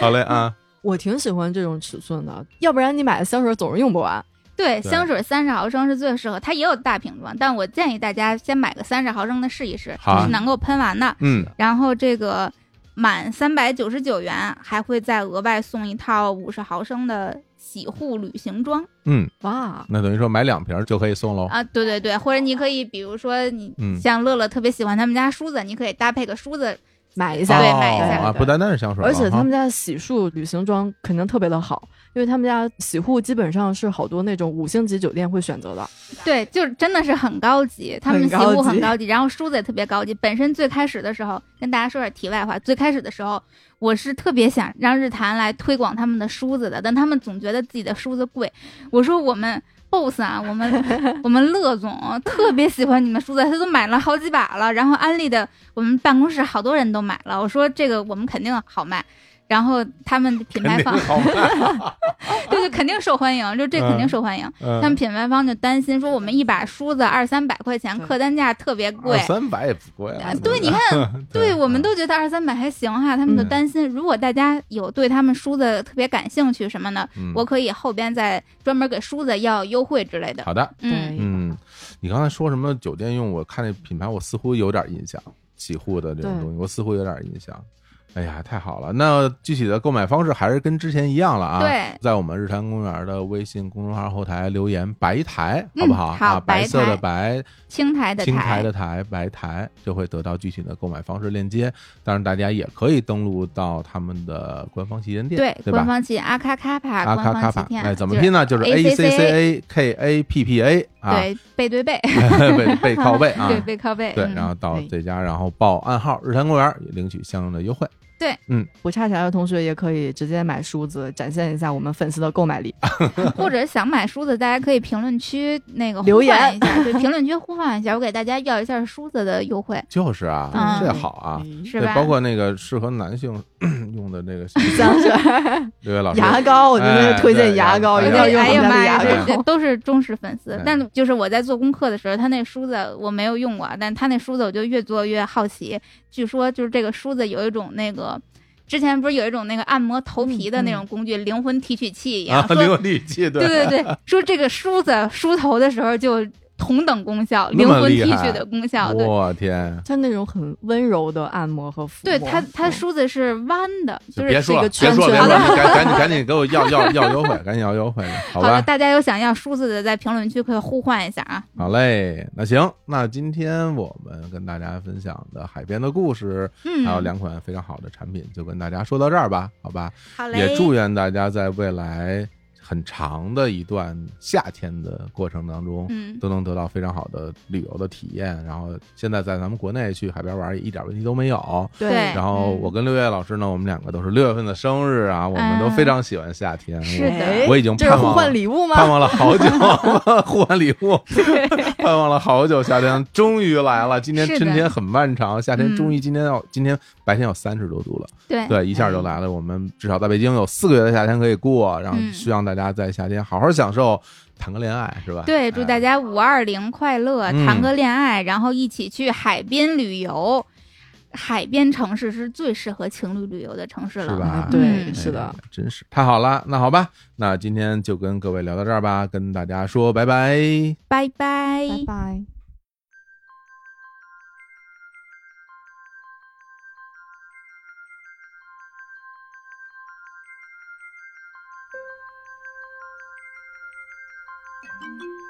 好嘞啊，我挺喜欢这种尺寸的，要不然你买的香水总是用不完。对，对香水三十毫升是最适合，它也有大瓶装，但我建议大家先买个三十毫升的试一试，好啊是能够喷完的。嗯，然后这个满三百九十九元还会再额外送一套五十毫升的洗护旅行装嗯，哇，那等于说买两瓶就可以送喽。啊，对对对，或者你可以比如说你哦嗯像乐乐特别喜欢他们家梳子，你可以搭配个梳子，买一对下，买一下哦啊，不单单是香水了而哈，且他们家的洗漱旅行装肯定特别的好，因为他们家洗护基本上是好多那种五星级酒店会选择的。对，就是真的是很高级，他们很洗高护很级高级，然后梳子也特别高级。本身最开始的时候，跟大家说点题外话，最开始的时候，我是特别想让日坛来推广他们的梳子的，但他们总觉得自己的梳子贵。我说我们 boss 啊，我们我们乐总特别喜欢你们梳子，他都买了好几把了。然后安利的我们办公室好多人都买了，我说这个我们肯定好卖。然后他们品牌肯定 *laughs* 方，好卖。对对，肯定受欢迎，就这肯定受欢迎。嗯 *laughs* 他们品牌方就担心说，我们一把梳子二三百块钱，对客单价特别贵二。三百也不贵啊啊。对，你看，对我们都都觉得二三百还行哈，他们就嗯担心，如果大家有对他们梳子特别感兴趣什么的，嗯我可以后边再专门给梳子要优惠之类的。好的，嗯，对嗯，你刚才说什么酒店用？我看那品牌，我似乎有点印象，洗护的这种对东西，我似乎有点印象。哎呀，太好了！那具体的购买方式还是跟之前一样了啊。对，在我们日坛公园的微信公众号后台留言“白台”，嗯好不好？啊，好白白色的台白，青苔的青苔苔的苔，白苔就会得到具体的购买方式链接。当然，大家也可以登录到他们的官方旗舰店，对对，吧官？方旗阿卡卡帕，阿卡官卡方旗帕，舰，哎，怎么就是拼呢？就是 A C A ACCA K A P P A 啊， *laughs* 对，背对背，背 *laughs* 背靠背啊，对，背靠背。对，嗯然后到对这家，然后报暗号“日坛公园”也领取相应的优惠。不差钱的同学也可以直接买梳子，展现一下我们粉丝的购买力。嗯或者想买梳子，大家可以评论区那个留呼唤言一下，对，评论区呼唤一下，我给大家要一下梳子的优惠，就是啊，嗯这好啊，嗯 *laughs* 是对，吧？包括那个适合男性 *clears throat* 用的那个香水、六月老师牙膏，我真的哎是推荐对牙膏，哎一呀定要用哎我呀们妈呀，家的对牙这膏 *laughs* 这。都是忠实粉丝哎。但就是我在做功课的时候，他那梳子我没有用过，但他那梳子我就越做越好奇。据说就是这个梳子有一种那个，之前不是有一种那个按摩头皮的那种工具，灵魂提取器一嗯 *laughs* 样，啊，说灵魂提器，对对对对，说这个梳子梳头的时候就同等功效，那灵么魂厉提害取的功效。对我天，它那种很温柔的按摩和抚摸，对，它它嗯梳子是弯的，就就是别说一了，别个圈说了，别圈说了，赶赶紧赶紧给我要要要优惠，赶紧要优惠，好好的，吧？大家有想要梳子的，在评论区可以互换一下啊。好嘞，那行，那今天我们跟大家分享的海边的故事，嗯，还有两款非常好的产品，就跟大家说到这儿吧，好吧？好嘞，也祝愿大家在未来很长的一段夏天的过程当中，嗯，都能得到非常好的旅游的体验。然后现在在咱们国内去海边玩也一点问题都没有。对对嗯然后我跟六月老师呢，我们两个都是六月份的生日啊，我们都非常喜欢夏天。嗯是我的哎我已经这是盼互望换礼物吗？盼望了好 *laughs* 久，互换礼物， *laughs* 盼望了好久，夏天终于来了。今天是的春天很漫长，夏天嗯哎终于今天要、今天白天有三十多度了，对，对，一下就来了。我们至少在北京有四个月的夏天可以过，然后嗯希望大家在夏天好好享受，谈个恋爱是吧？哎对，祝大家、家五二零快乐，嗯谈个恋爱，然后一起去海边旅游。海边城市是最适合情侣旅游的城市是了，吧啊？对，嗯是的，哎，真是太好了。那好吧，那今天就跟各位聊到这儿吧，跟大家说拜拜。拜嗯拜拜拜。 Thank